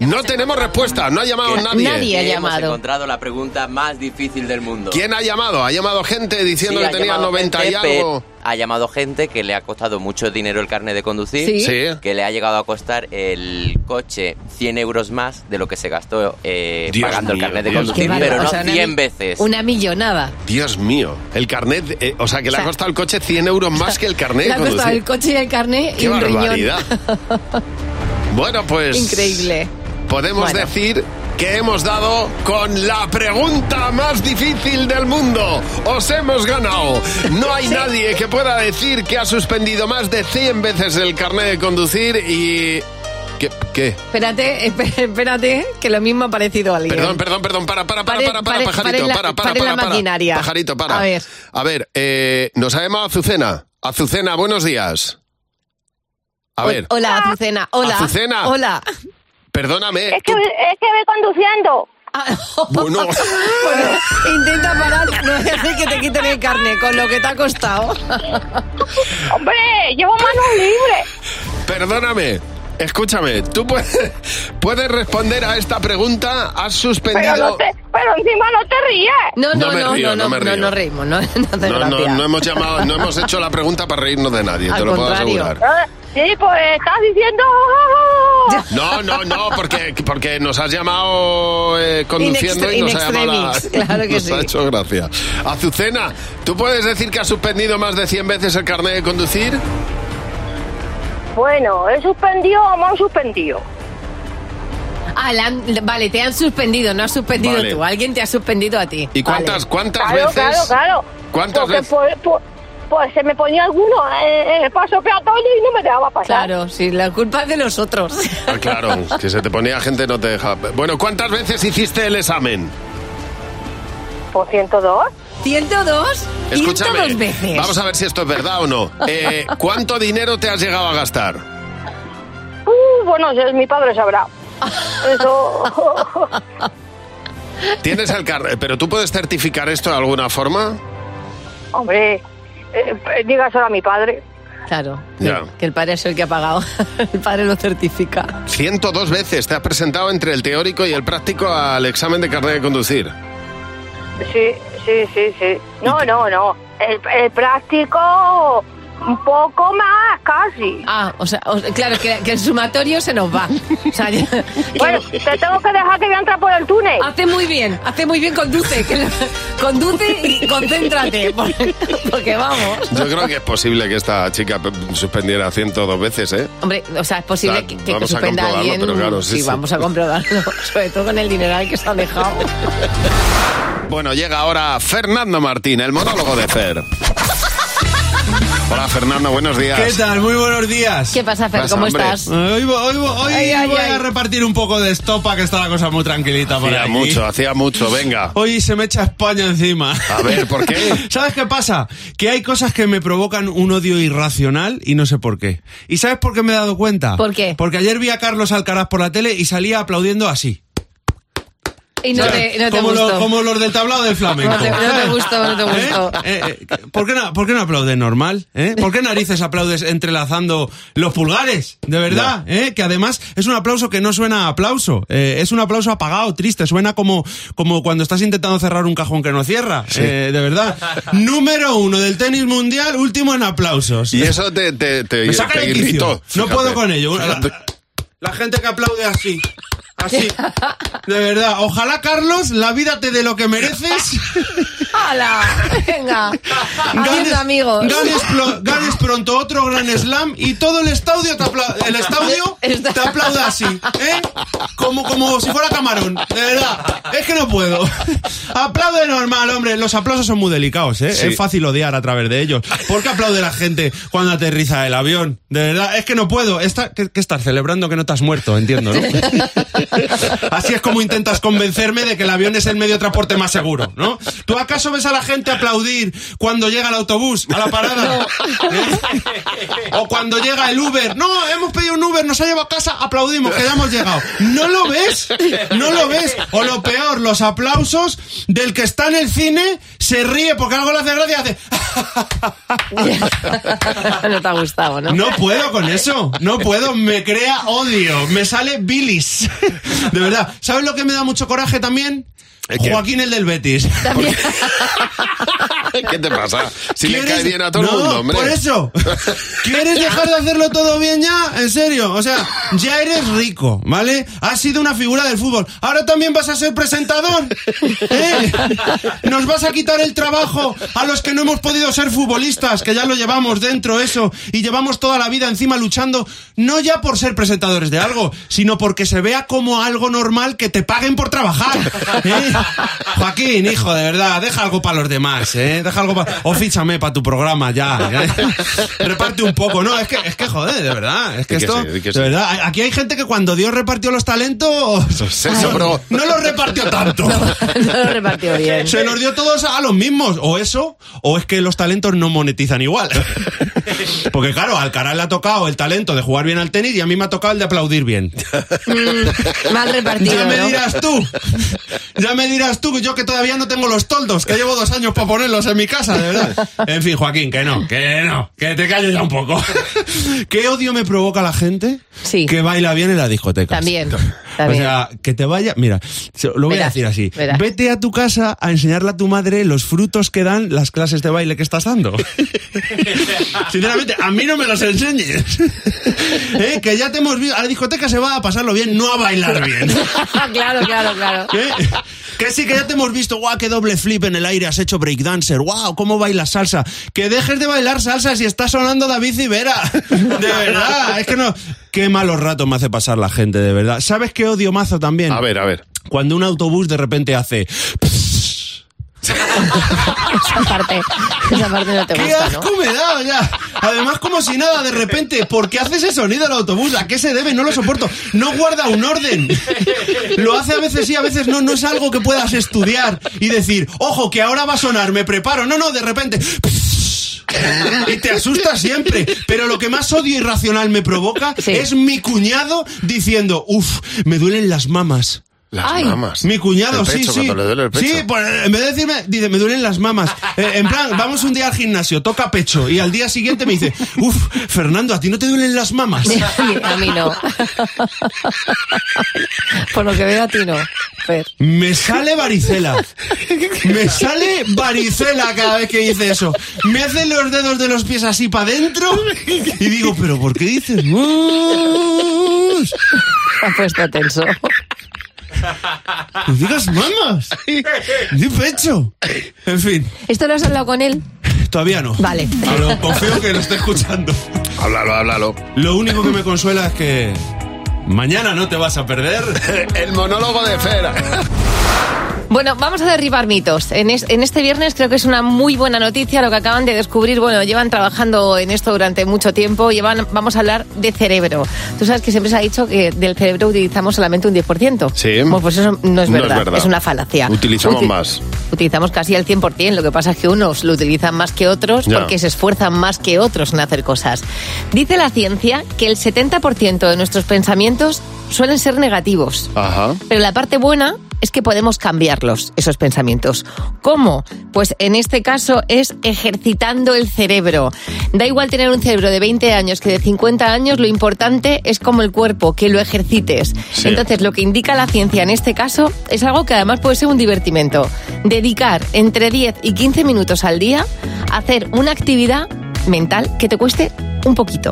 No tenemos respuesta, no ha llamado
Que-
nadie.
que Hemos encontrado la pregunta más difícil del mundo.
¿Quién ha llamado? ¿Ha llamado gente diciendo
Sí,
que
ha
tenía
llamado
90 y
gente,
algo?
pero Ha llamado gente que le ha costado mucho dinero el carnet de conducir.
Sí. Sí.
Que le ha llegado a costar el coche 100 euros más de lo que se gastó eh,
Dios
pagando
mío,
el carnet de
Dios
conducir,
mío.
pero
O
no
sea, una
100
mi-
veces.
Una millonada.
Dios mío, el carnet, eh, o sea, que
O
le
sea,
ha costado el coche 100 euros más que el carnet
Le
de
ha costado
conducir.
el coche y el carnet y
¡Qué
un
barbaridad! Bueno, pues
riñón. Increíble.
podemos
Bueno.
decir que hemos dado con la pregunta más difícil del mundo. Os hemos ganado. No hay nadie que pueda decir que ha suspendido más de 100 veces el carnet de conducir y... ¿Qué? ¿Qué?
Espérate, espé- espérate, que lo mismo ha parecido alguien.
Perdón, perdón, perdón, para, para, para,
Pare-
para, para,
pare-
pajarito,
pare la-
para, para,
pare la
para, para.
maquinaria.
Pajarito, para.
A ver.
A ver, eh, nos ha llamado Azucena. Azucena, buenos días. A ver,
Hola, Azucena. Hola.
Azucena.
Hola.
perdóname.
que, es que voy conduciendo.
Bueno,
intenta parar, no es decir que te quiten el carnet con lo que te ha costado.
Hombre, llevo mano libre.
perdóname. Escúchame, tú puedes, puedes responder a esta pregunta. Has suspendido.
pero encima no te ríes.
No,
No
no, no,
me
no,
río, no
no,
me
no,
río.
no reímos, no, no te
no, no,
gracias.
no hemos llamado, no hemos hecho la pregunta para reírnos de nadie, te
Al
lo
contrario.
puedo asegurar.
Sí, pues estás diciendo... oh,
No, no, no, porque, porque nos has llamado eh,
In
conduciendo
extre-
y nos
in
ha llamado.
extremis, claro que
nos
sí.
ha hecho gracia. Azucena, ¿tú puedes decir que has suspendido más de 100 veces el carnet de conducir?
Bueno, he suspendido o me han suspendido.
Ah, la han- vale, te han suspendido, no has suspendido
Vale.
tú, alguien te ha suspendido a ti.
¿Y cuántas, cuántas
Claro,
veces?
claro, claro.
¿Cuántas
Porque
veces?
por- por- pues se me ponía alguno eh, en el paso peatonal y no me dejaba pasar.
Claro, sí, la culpa es de los otros.
Ah, claro, que se te ponía gente no te deja. Bueno, ¿cuántas veces hiciste el examen?
Por 102.
102,
Escúchame.
102 veces.
Vamos a ver si esto es verdad o no. Eh, ¿Cuánto dinero te has llegado a gastar?
Uh, bueno, eso mi padre sabrá. Eso...
Tienes el carnet, pero tú puedes certificar esto de alguna forma.
Hombre, eh, dígaselo a mi padre.
Claro,
Ya.
que el padre es el que ha pagado, el padre lo certifica.
102 veces te has presentado entre el teórico y el práctico al examen de carnet de conducir.
Sí, sí, sí, sí. No, no, no. El, el práctico un poco más, casi.
Ah, o sea, o- claro, que, que el sumatorio se nos va. O sea, ya-
Bueno, te tengo que dejar que voy a entrar por el túnel.
Hace muy bien, hace muy bien, conduce. que- conduce y concéntrate, porque, porque vamos.
Yo creo que es posible que esta chica p- suspendiera 102 veces, ¿eh?
Hombre, o sea, es posible
Claro,
que, que
vamos a
suspenda
comprobarlo,
alguien.
pero claro, sí, sí.
vamos a comprobarlo, sobre todo con el dineral que se ha dejado.
Bueno, llega ahora Fernando Martín, el monólogo de Fer. Hola, Fernando, buenos días.
¿Qué tal? Muy buenos días. Eh,
¿Qué pasa, Fer?
Pasa,
¿Cómo
hombre.
estás?
Hoy, vo- hoy vo- hoy
Ay, ay,
voy
ay.
a repartir un poco de estopa, que está la cosa muy tranquilita por
Hacía
aquí.
mucho, hacía mucho, venga.
Hoy se me echa España encima.
A ver, ¿por qué?
¿Sabes qué pasa? Que hay cosas que me provocan un odio irracional y no sé por qué. ¿Y sabes por qué me he dado cuenta?
¿Por qué?
Porque ayer vi a Carlos Alcaraz por la tele y salía aplaudiendo así.
Y no
¿Sabes?
te, no te
como,
gustó.
los, como los del tablado del flamenco.
No te- no te
¿Sabes?
gustó, no te
¿Eh?
gustó.
Eh, eh, ¿por, qué no, ¿Por qué no aplaudes normal? ¿Eh? ¿Por qué narices aplaudes entrelazando los pulgares? De verdad, ¿eh? que además es un aplauso que no suena a aplauso. Eh, es un aplauso apagado, triste. Suena como, como cuando estás intentando cerrar un cajón que no cierra. Eh, de verdad. Número uno del tenis mundial, último en aplausos.
Y eso te, te, te,
Me saca
te
de quicio.
irritó.
No
Fíjate.
puedo con ello. La,
Fíjate.
la gente que aplaude así. Así. De verdad. Ojalá, Carlos, la vida te dé lo que mereces.
¡Hala! Venga.
Ganes,
Haciendo amigos.
ganes plo- ganes pronto otro gran slam y todo el estadio te, apla- el estadio te aplauda así, ¿eh? Como, como si fuera camarón, de verdad. Es que no puedo. Aplaude normal, hombre. Los aplausos son muy delicados, ¿eh?
Sí.
Es fácil odiar a través de ellos. ¿Por qué aplaude la gente cuando aterriza el avión? De verdad, es que no puedo. Está, ¿qué, qué estás celebrando que no te has muerto? Entiendo, ¿no? Así es como intentas convencerme de que el avión es el medio de transporte más seguro, ¿no? ¿Tú acaso ves a la gente aplaudir cuando llega el autobús a la parada? ¿Eh? O cuando llega el Uber. No, hemos pedido un Uber, nos ha llevado a casa, aplaudimos, que ya hemos llegado. ¿No lo ves? ¿No lo ves? O lo peor, los aplausos del que está en el cine se ríe porque algo le hace gracia y hace...
no te ha gustado, ¿no?
No puedo con eso, no puedo, me crea odio, me sale bilis. De verdad, ¿sabes lo que me da mucho coraje también? Joaquín el del Betis.
¿Qué te pasa? Si le
¿Quieres-
cae bien a todo
No,
el mundo, hombre.
Por eso. ¿Quieres dejar de hacerlo todo bien ya? En serio. O sea, ya eres rico, ¿vale? Has sido una figura del fútbol. Ahora también vas a ser presentador. ¿eh? Nos vas a quitar el trabajo a los que no hemos podido ser futbolistas, que ya lo llevamos dentro eso, y llevamos toda la vida encima luchando, no ya por ser presentadores de algo, sino porque se vea como algo normal que te paguen por trabajar. ¿eh? Joaquín, hijo, de verdad, deja algo para los demás, ¿eh? Deja algo para... O fíchame para tu programa ya. ¿eh? Reparte un poco, ¿no? Es que, es que joder, de verdad. Es que,
Di que
esto...
sí, di que
de
sí.
verdad, a- aquí hay gente que cuando Dios repartió los talentos...
Se sobró.
No los repartió tanto.
No lo repartió bien.
Se nos dio todos a los mismos. O eso, o es que los talentos no monetizan igual. Porque claro, al Alcaraz le ha tocado el talento de jugar bien al tenis y a mí me ha tocado el de aplaudir bien.
Mm, mal repartido,
Ya me
¿no?
dirás tú. Ya me dirás tú que yo que todavía no tengo los toldos, que llevo dos años para ponerlos en mi casa, de verdad. En fin, Joaquín, que no, que no, que te calles ya un poco. ¿Qué odio me provoca la gente que baila bien en la discoteca?
También.
O
también.
sea, que te vaya. Mira, se- lo voy a
Verás,
decir así.
verás.
Vete a tu casa a enseñarle a tu madre los frutos que dan las clases de baile que estás dando. Sinceramente, a mí no me los enseñes. ¿Eh? Que ya te hemos visto. A la discoteca se va a pasarlo bien, no a bailar bien.
claro, claro, claro.
¿Eh? Que sí, que ya te hemos visto, guau, qué doble flip en el aire, has hecho breakdancer, guau, cómo bailas salsa. Que dejes de bailar salsa si está sonando David Civera. De verdad, es que no. Qué malos ratos me hace pasar la gente, de verdad. ¿Sabes qué odio mazo también? A
ver, a ver.
Cuando un autobús de repente hace.
Esa parte, esa parte no te
¡Qué
gusta, ¿no?
asco me da! Ya. Además, como si nada, de repente, ¿por qué hace ese sonido el autobús? ¿A qué se debe? No lo soporto. No guarda un orden. Lo hace a veces sí, a veces no. No es algo que puedas estudiar y decir, ojo, que ahora va a sonar, me preparo. No, no, de repente. Y te asusta siempre. Pero lo que más odio irracional me provoca es mi cuñado diciendo, uff, me duelen las mamas.
Las
Ay.
mamas.
Mi cuñado,
El pecho,
sí, sí.
cuando le duele el pecho.
Sí, pues, eh, en vez de decirme, dice, me duelen las mamas. Eh, en plan, vamos un día al gimnasio, toca pecho. Y al día siguiente me dice, uff, Fernando, ¿a ti no te duelen las mamas?
A mí no. Por lo que veo a ti no. Fer.
Me sale varicela. Me sale varicela cada vez que dice eso. Me hace los dedos de los pies así para adentro. Y digo, ¿pero por qué dices? mus?
Ha puesto tenso.
No digas mamas. Di pecho. En fin,
¿Esto lo has hablado con él?
todavía no.
Vale.
Hablo- confío que lo esté escuchando.
Háblalo, háblalo.
Lo único que me consuela es que mañana no te vas a perder
El monólogo de Fera.
Bueno, vamos a derribar mitos. En, es- en este viernes creo que es una muy buena noticia lo que acaban de descubrir. Bueno, llevan trabajando en esto durante mucho tiempo. Llevan, vamos a hablar de cerebro. Tú sabes que siempre se ha dicho que del cerebro utilizamos solamente un 10%.
Sí.
Bueno, pues eso no es
No es
verdad.
verdad.
una falacia.
Utilizamos
Uti-
más.
Utilizamos casi al 100%. Lo que pasa es que unos lo utilizan más que otros
Ya.
porque se esfuerzan más que otros en hacer cosas. Dice la ciencia que el 70% de nuestros pensamientos suelen ser negativos.
Ajá.
Pero la parte buena es que podemos cambiarlos, esos pensamientos. ¿Cómo? Pues en este caso es ejercitando el cerebro. Da igual tener un cerebro de 20 años que de 50 años, lo importante es como el cuerpo, que lo ejercites.
Sí.
Entonces, lo que indica la ciencia en este caso es algo que además puede ser un divertimento. Dedicar entre 10 y 15 minutos al día a hacer una actividad mental que te cueste un poquito.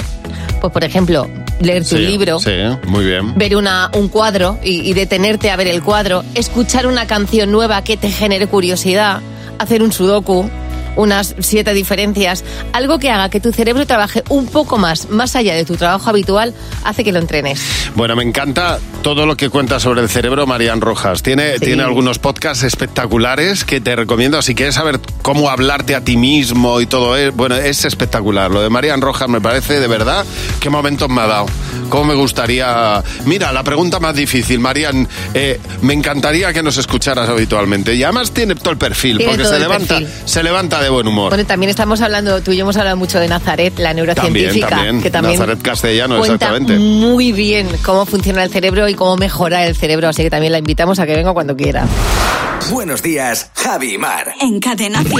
Pues, por ejemplo, leer tu
Sí,
libro,
Sí, muy bien.
ver una, un cuadro y, y detenerte a ver el cuadro, escuchar una canción nueva que te genere curiosidad, hacer un sudoku, unas siete diferencias, algo que haga que tu cerebro trabaje un poco más, más allá de tu trabajo habitual, hace que lo entrenes.
Bueno, me encanta todo lo que cuenta sobre el cerebro Marian Rojas. Tiene, tiene algunos podcasts espectaculares que te recomiendo. Si quieres saber cómo hablarte a ti mismo y todo eso, bueno, es espectacular. Lo de Marian Rojas me parece de verdad qué momentos me ha dado. Cómo me gustaría. Mira, la pregunta más difícil, Marian. eh, me encantaría que nos escucharas habitualmente. Y además tiene todo el perfil,
Tiene
porque
todo
se
el
levanta,
perfil.
se levanta de buen humor.
Bueno, también estamos hablando, tú y yo hemos hablado mucho de Nazaret, la
también,
neurocientífica,
también.
que también
Nazaret Castellano,
cuenta
exactamente.
muy bien cómo funciona el cerebro y cómo mejora el cerebro, así que también la invitamos a que venga cuando quiera.
Buenos días, Javi y Mar.
En cadena 100.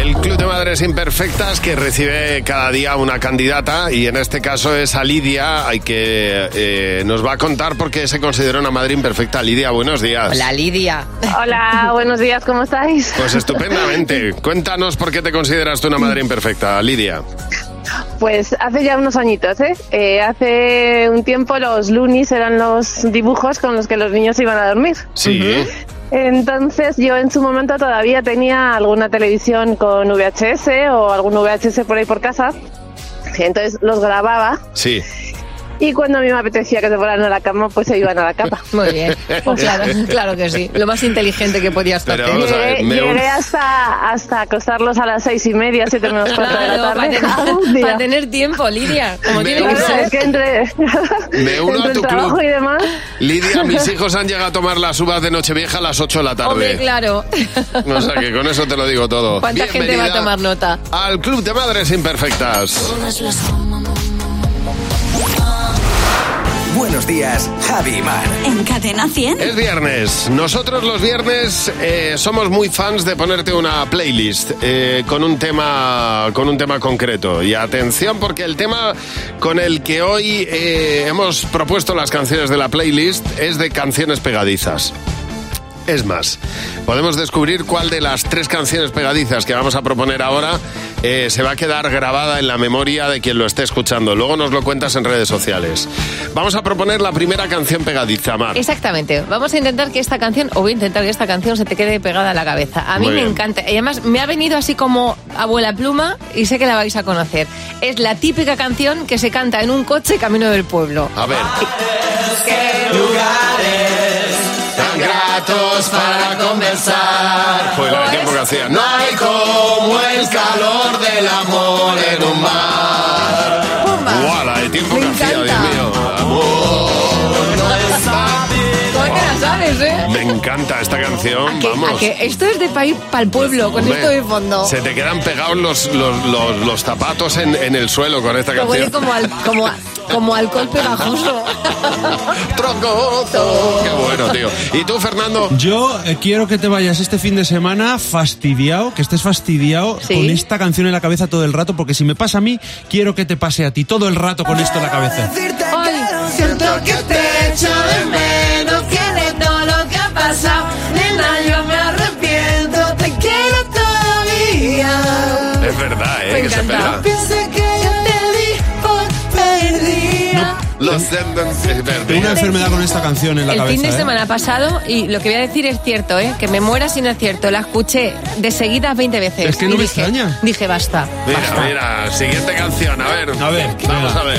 El Club de Madres Imperfectas que recibe cada día una candidata y en este caso es a Lidia, hay que eh, nos va a contar por qué se considera una madre imperfecta. Lidia, buenos días.
Lidia.
Hola, buenos días, ¿cómo estáis?
Pues estupendamente. Cuéntanos por qué te consideras tú una madre imperfecta, Lidia.
Pues hace ya unos añitos, ¿eh? Eh, Hace un tiempo los lunis eran los dibujos con los que los niños iban a dormir.
Sí.
Entonces yo en su momento todavía tenía alguna televisión con VHS o algún VHS por ahí por casa. Entonces los grababa
Sí.
y cuando a mí me apetecía que se fueran a la cama, pues se iban a la cama.
Muy bien, Pues claro, claro que sí, lo más inteligente que podías hacer.
Pero vamos a ver,
Llegué,
me un-
llegué hasta, hasta acostarlos a las seis y media, siete menos cuarto de la
Claro, para
tarde.
tener,
algún día.
para tener tiempo, Lidia, como
Me
tiene que
uno-
Claro,
ser.
es que entre,
Me uno
entre
a
el
tu
trabajo
club.
y demás.
Lidia, mis hijos han llegado a tomar las uvas de Nochevieja a las 8 de la
Hombre,
tarde.
claro.
O sea que con eso te lo digo todo.
¿Cuánta gente va a
Bienvenida
tomar nota?
Al Club de Madres Imperfectas.
Buenos días, Javi y Mar.
En cadena 100.
Es viernes. Nosotros los viernes eh, somos muy fans de ponerte una playlist eh, con un tema con un tema concreto. Y atención porque el tema con el que hoy eh, hemos propuesto las canciones de la playlist es de canciones pegadizas. Es más, podemos descubrir cuál de las tres canciones pegadizas que vamos a proponer ahora eh, se va a quedar grabada en la memoria de quien lo esté escuchando. Luego nos lo cuentas en redes sociales. Vamos a proponer la primera canción pegadiza, Mar.
Exactamente. Vamos a intentar que esta canción, o voy a intentar que esta canción se te quede pegada a la cabeza. A mí
Muy
me
bien.
encanta. Y además me ha venido así como abuela pluma y sé que la vais a conocer. Es la típica canción que se canta en un coche camino del pueblo. Ah,
A ver.
lugares tan gratos para conversar.
Joder, el tiempo
Pues,
que hacía. No hay
como el calor del amor en un mar.
¡Guau, la de tiempo que hacía, Dios mío!
¿Cómo que la sabes, eh?
Me encanta esta canción,
Que- a
vamos.
que esto es de país para el pueblo, con
pues- Hombre,
esto de fondo.
Se te quedan pegados los, los, los- los zapatos en, en el suelo con esta
Que huele
canción.
como, al- como, a- como alcohol pegajoso.
Qué bueno, tío. ¿Y tú, Fernando?
Yo eh, quiero que te vayas este fin de semana fastidiado, que estés fastidiado
Sí.
con esta canción en la cabeza todo el rato, porque si me pasa a mí, quiero que te pase a ti todo el rato con esto en la cabeza.
Siento que te echo de menos, que de todo lo que ha pasado, nena, yo me arrepiento, te quiero todavía.
Es verdad, ¿eh? que se pega.
Piensa que yo te di por perdida.
Los es
Tengo una
verdad.
enfermedad con esta canción en la
el
cabeza.
fin de
¿eh?
semana pasado, y lo que voy a decir es cierto, ¿eh? que me muera si no es cierto, la escuché de seguidas 20 veces.
Es que no
y
me
dije,
extraña.
Dije, basta.
Mira, mira, siguiente canción, a ver. A ver, vamos a ver.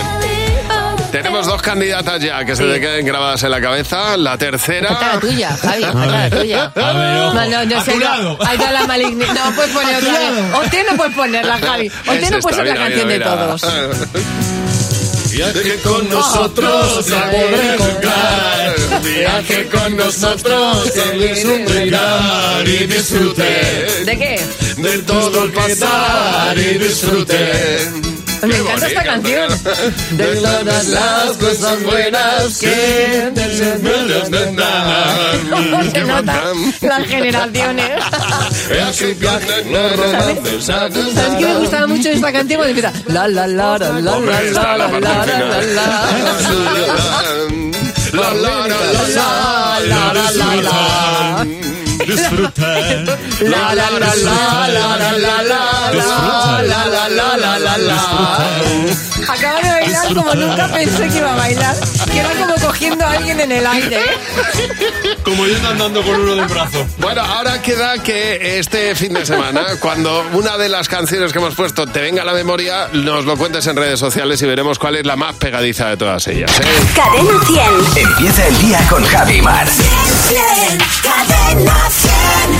Yo
Tenemos dos candidatas ya que se te queden grabadas en la cabeza. La tercera.
La tuya, Javi,
A
falta la
ver.
tuya.
A ver,
No,
ojo.
no, no,
A tu
sé, no.
lado.
Ahí está la malignidad. No, puedes poner
A tu
otra vez.
lado.
Usted no puede ponerla, Javi. Usted
Es
no puede
esta,
ser la
mira,
canción
mira,
de
mira.
todos.
Viaje con nosotros a poder jugar. Viaje con nosotros a deslumbrar y
Eh,
disfrute
¿De qué?
de todo el pasar y disfrute.
Me encanta esta canción.
De todas las cosas buenas que
¿Cómo se notan las generaciones? ¿Sabes qué me gustaba mucho esta canción? Cuando empieza. La, la, la, la, la, la,
Hombre,
la,
está
la,
la
la,
parte
la,
final.
La, la, la, la,
la, la, la, la, la. Disfrutar. La, la, la, la, la, la, la, la.
Disfrutar.
La, la, la, la, la, la.
Acaba de bailar como nunca pensé que iba a bailar. Que era como cogiendo a alguien en el aire.
Como yo andando con uno del brazo.
Bueno, ahora queda que este fin de semana, cuando una de las canciones que hemos puesto te venga a la memoria, nos lo cuentes en redes sociales y veremos cuál es la más pegadiza de todas ellas. ¿eh?
Cadena 100.
Empieza el día con Javi Mar.
Cadena 100.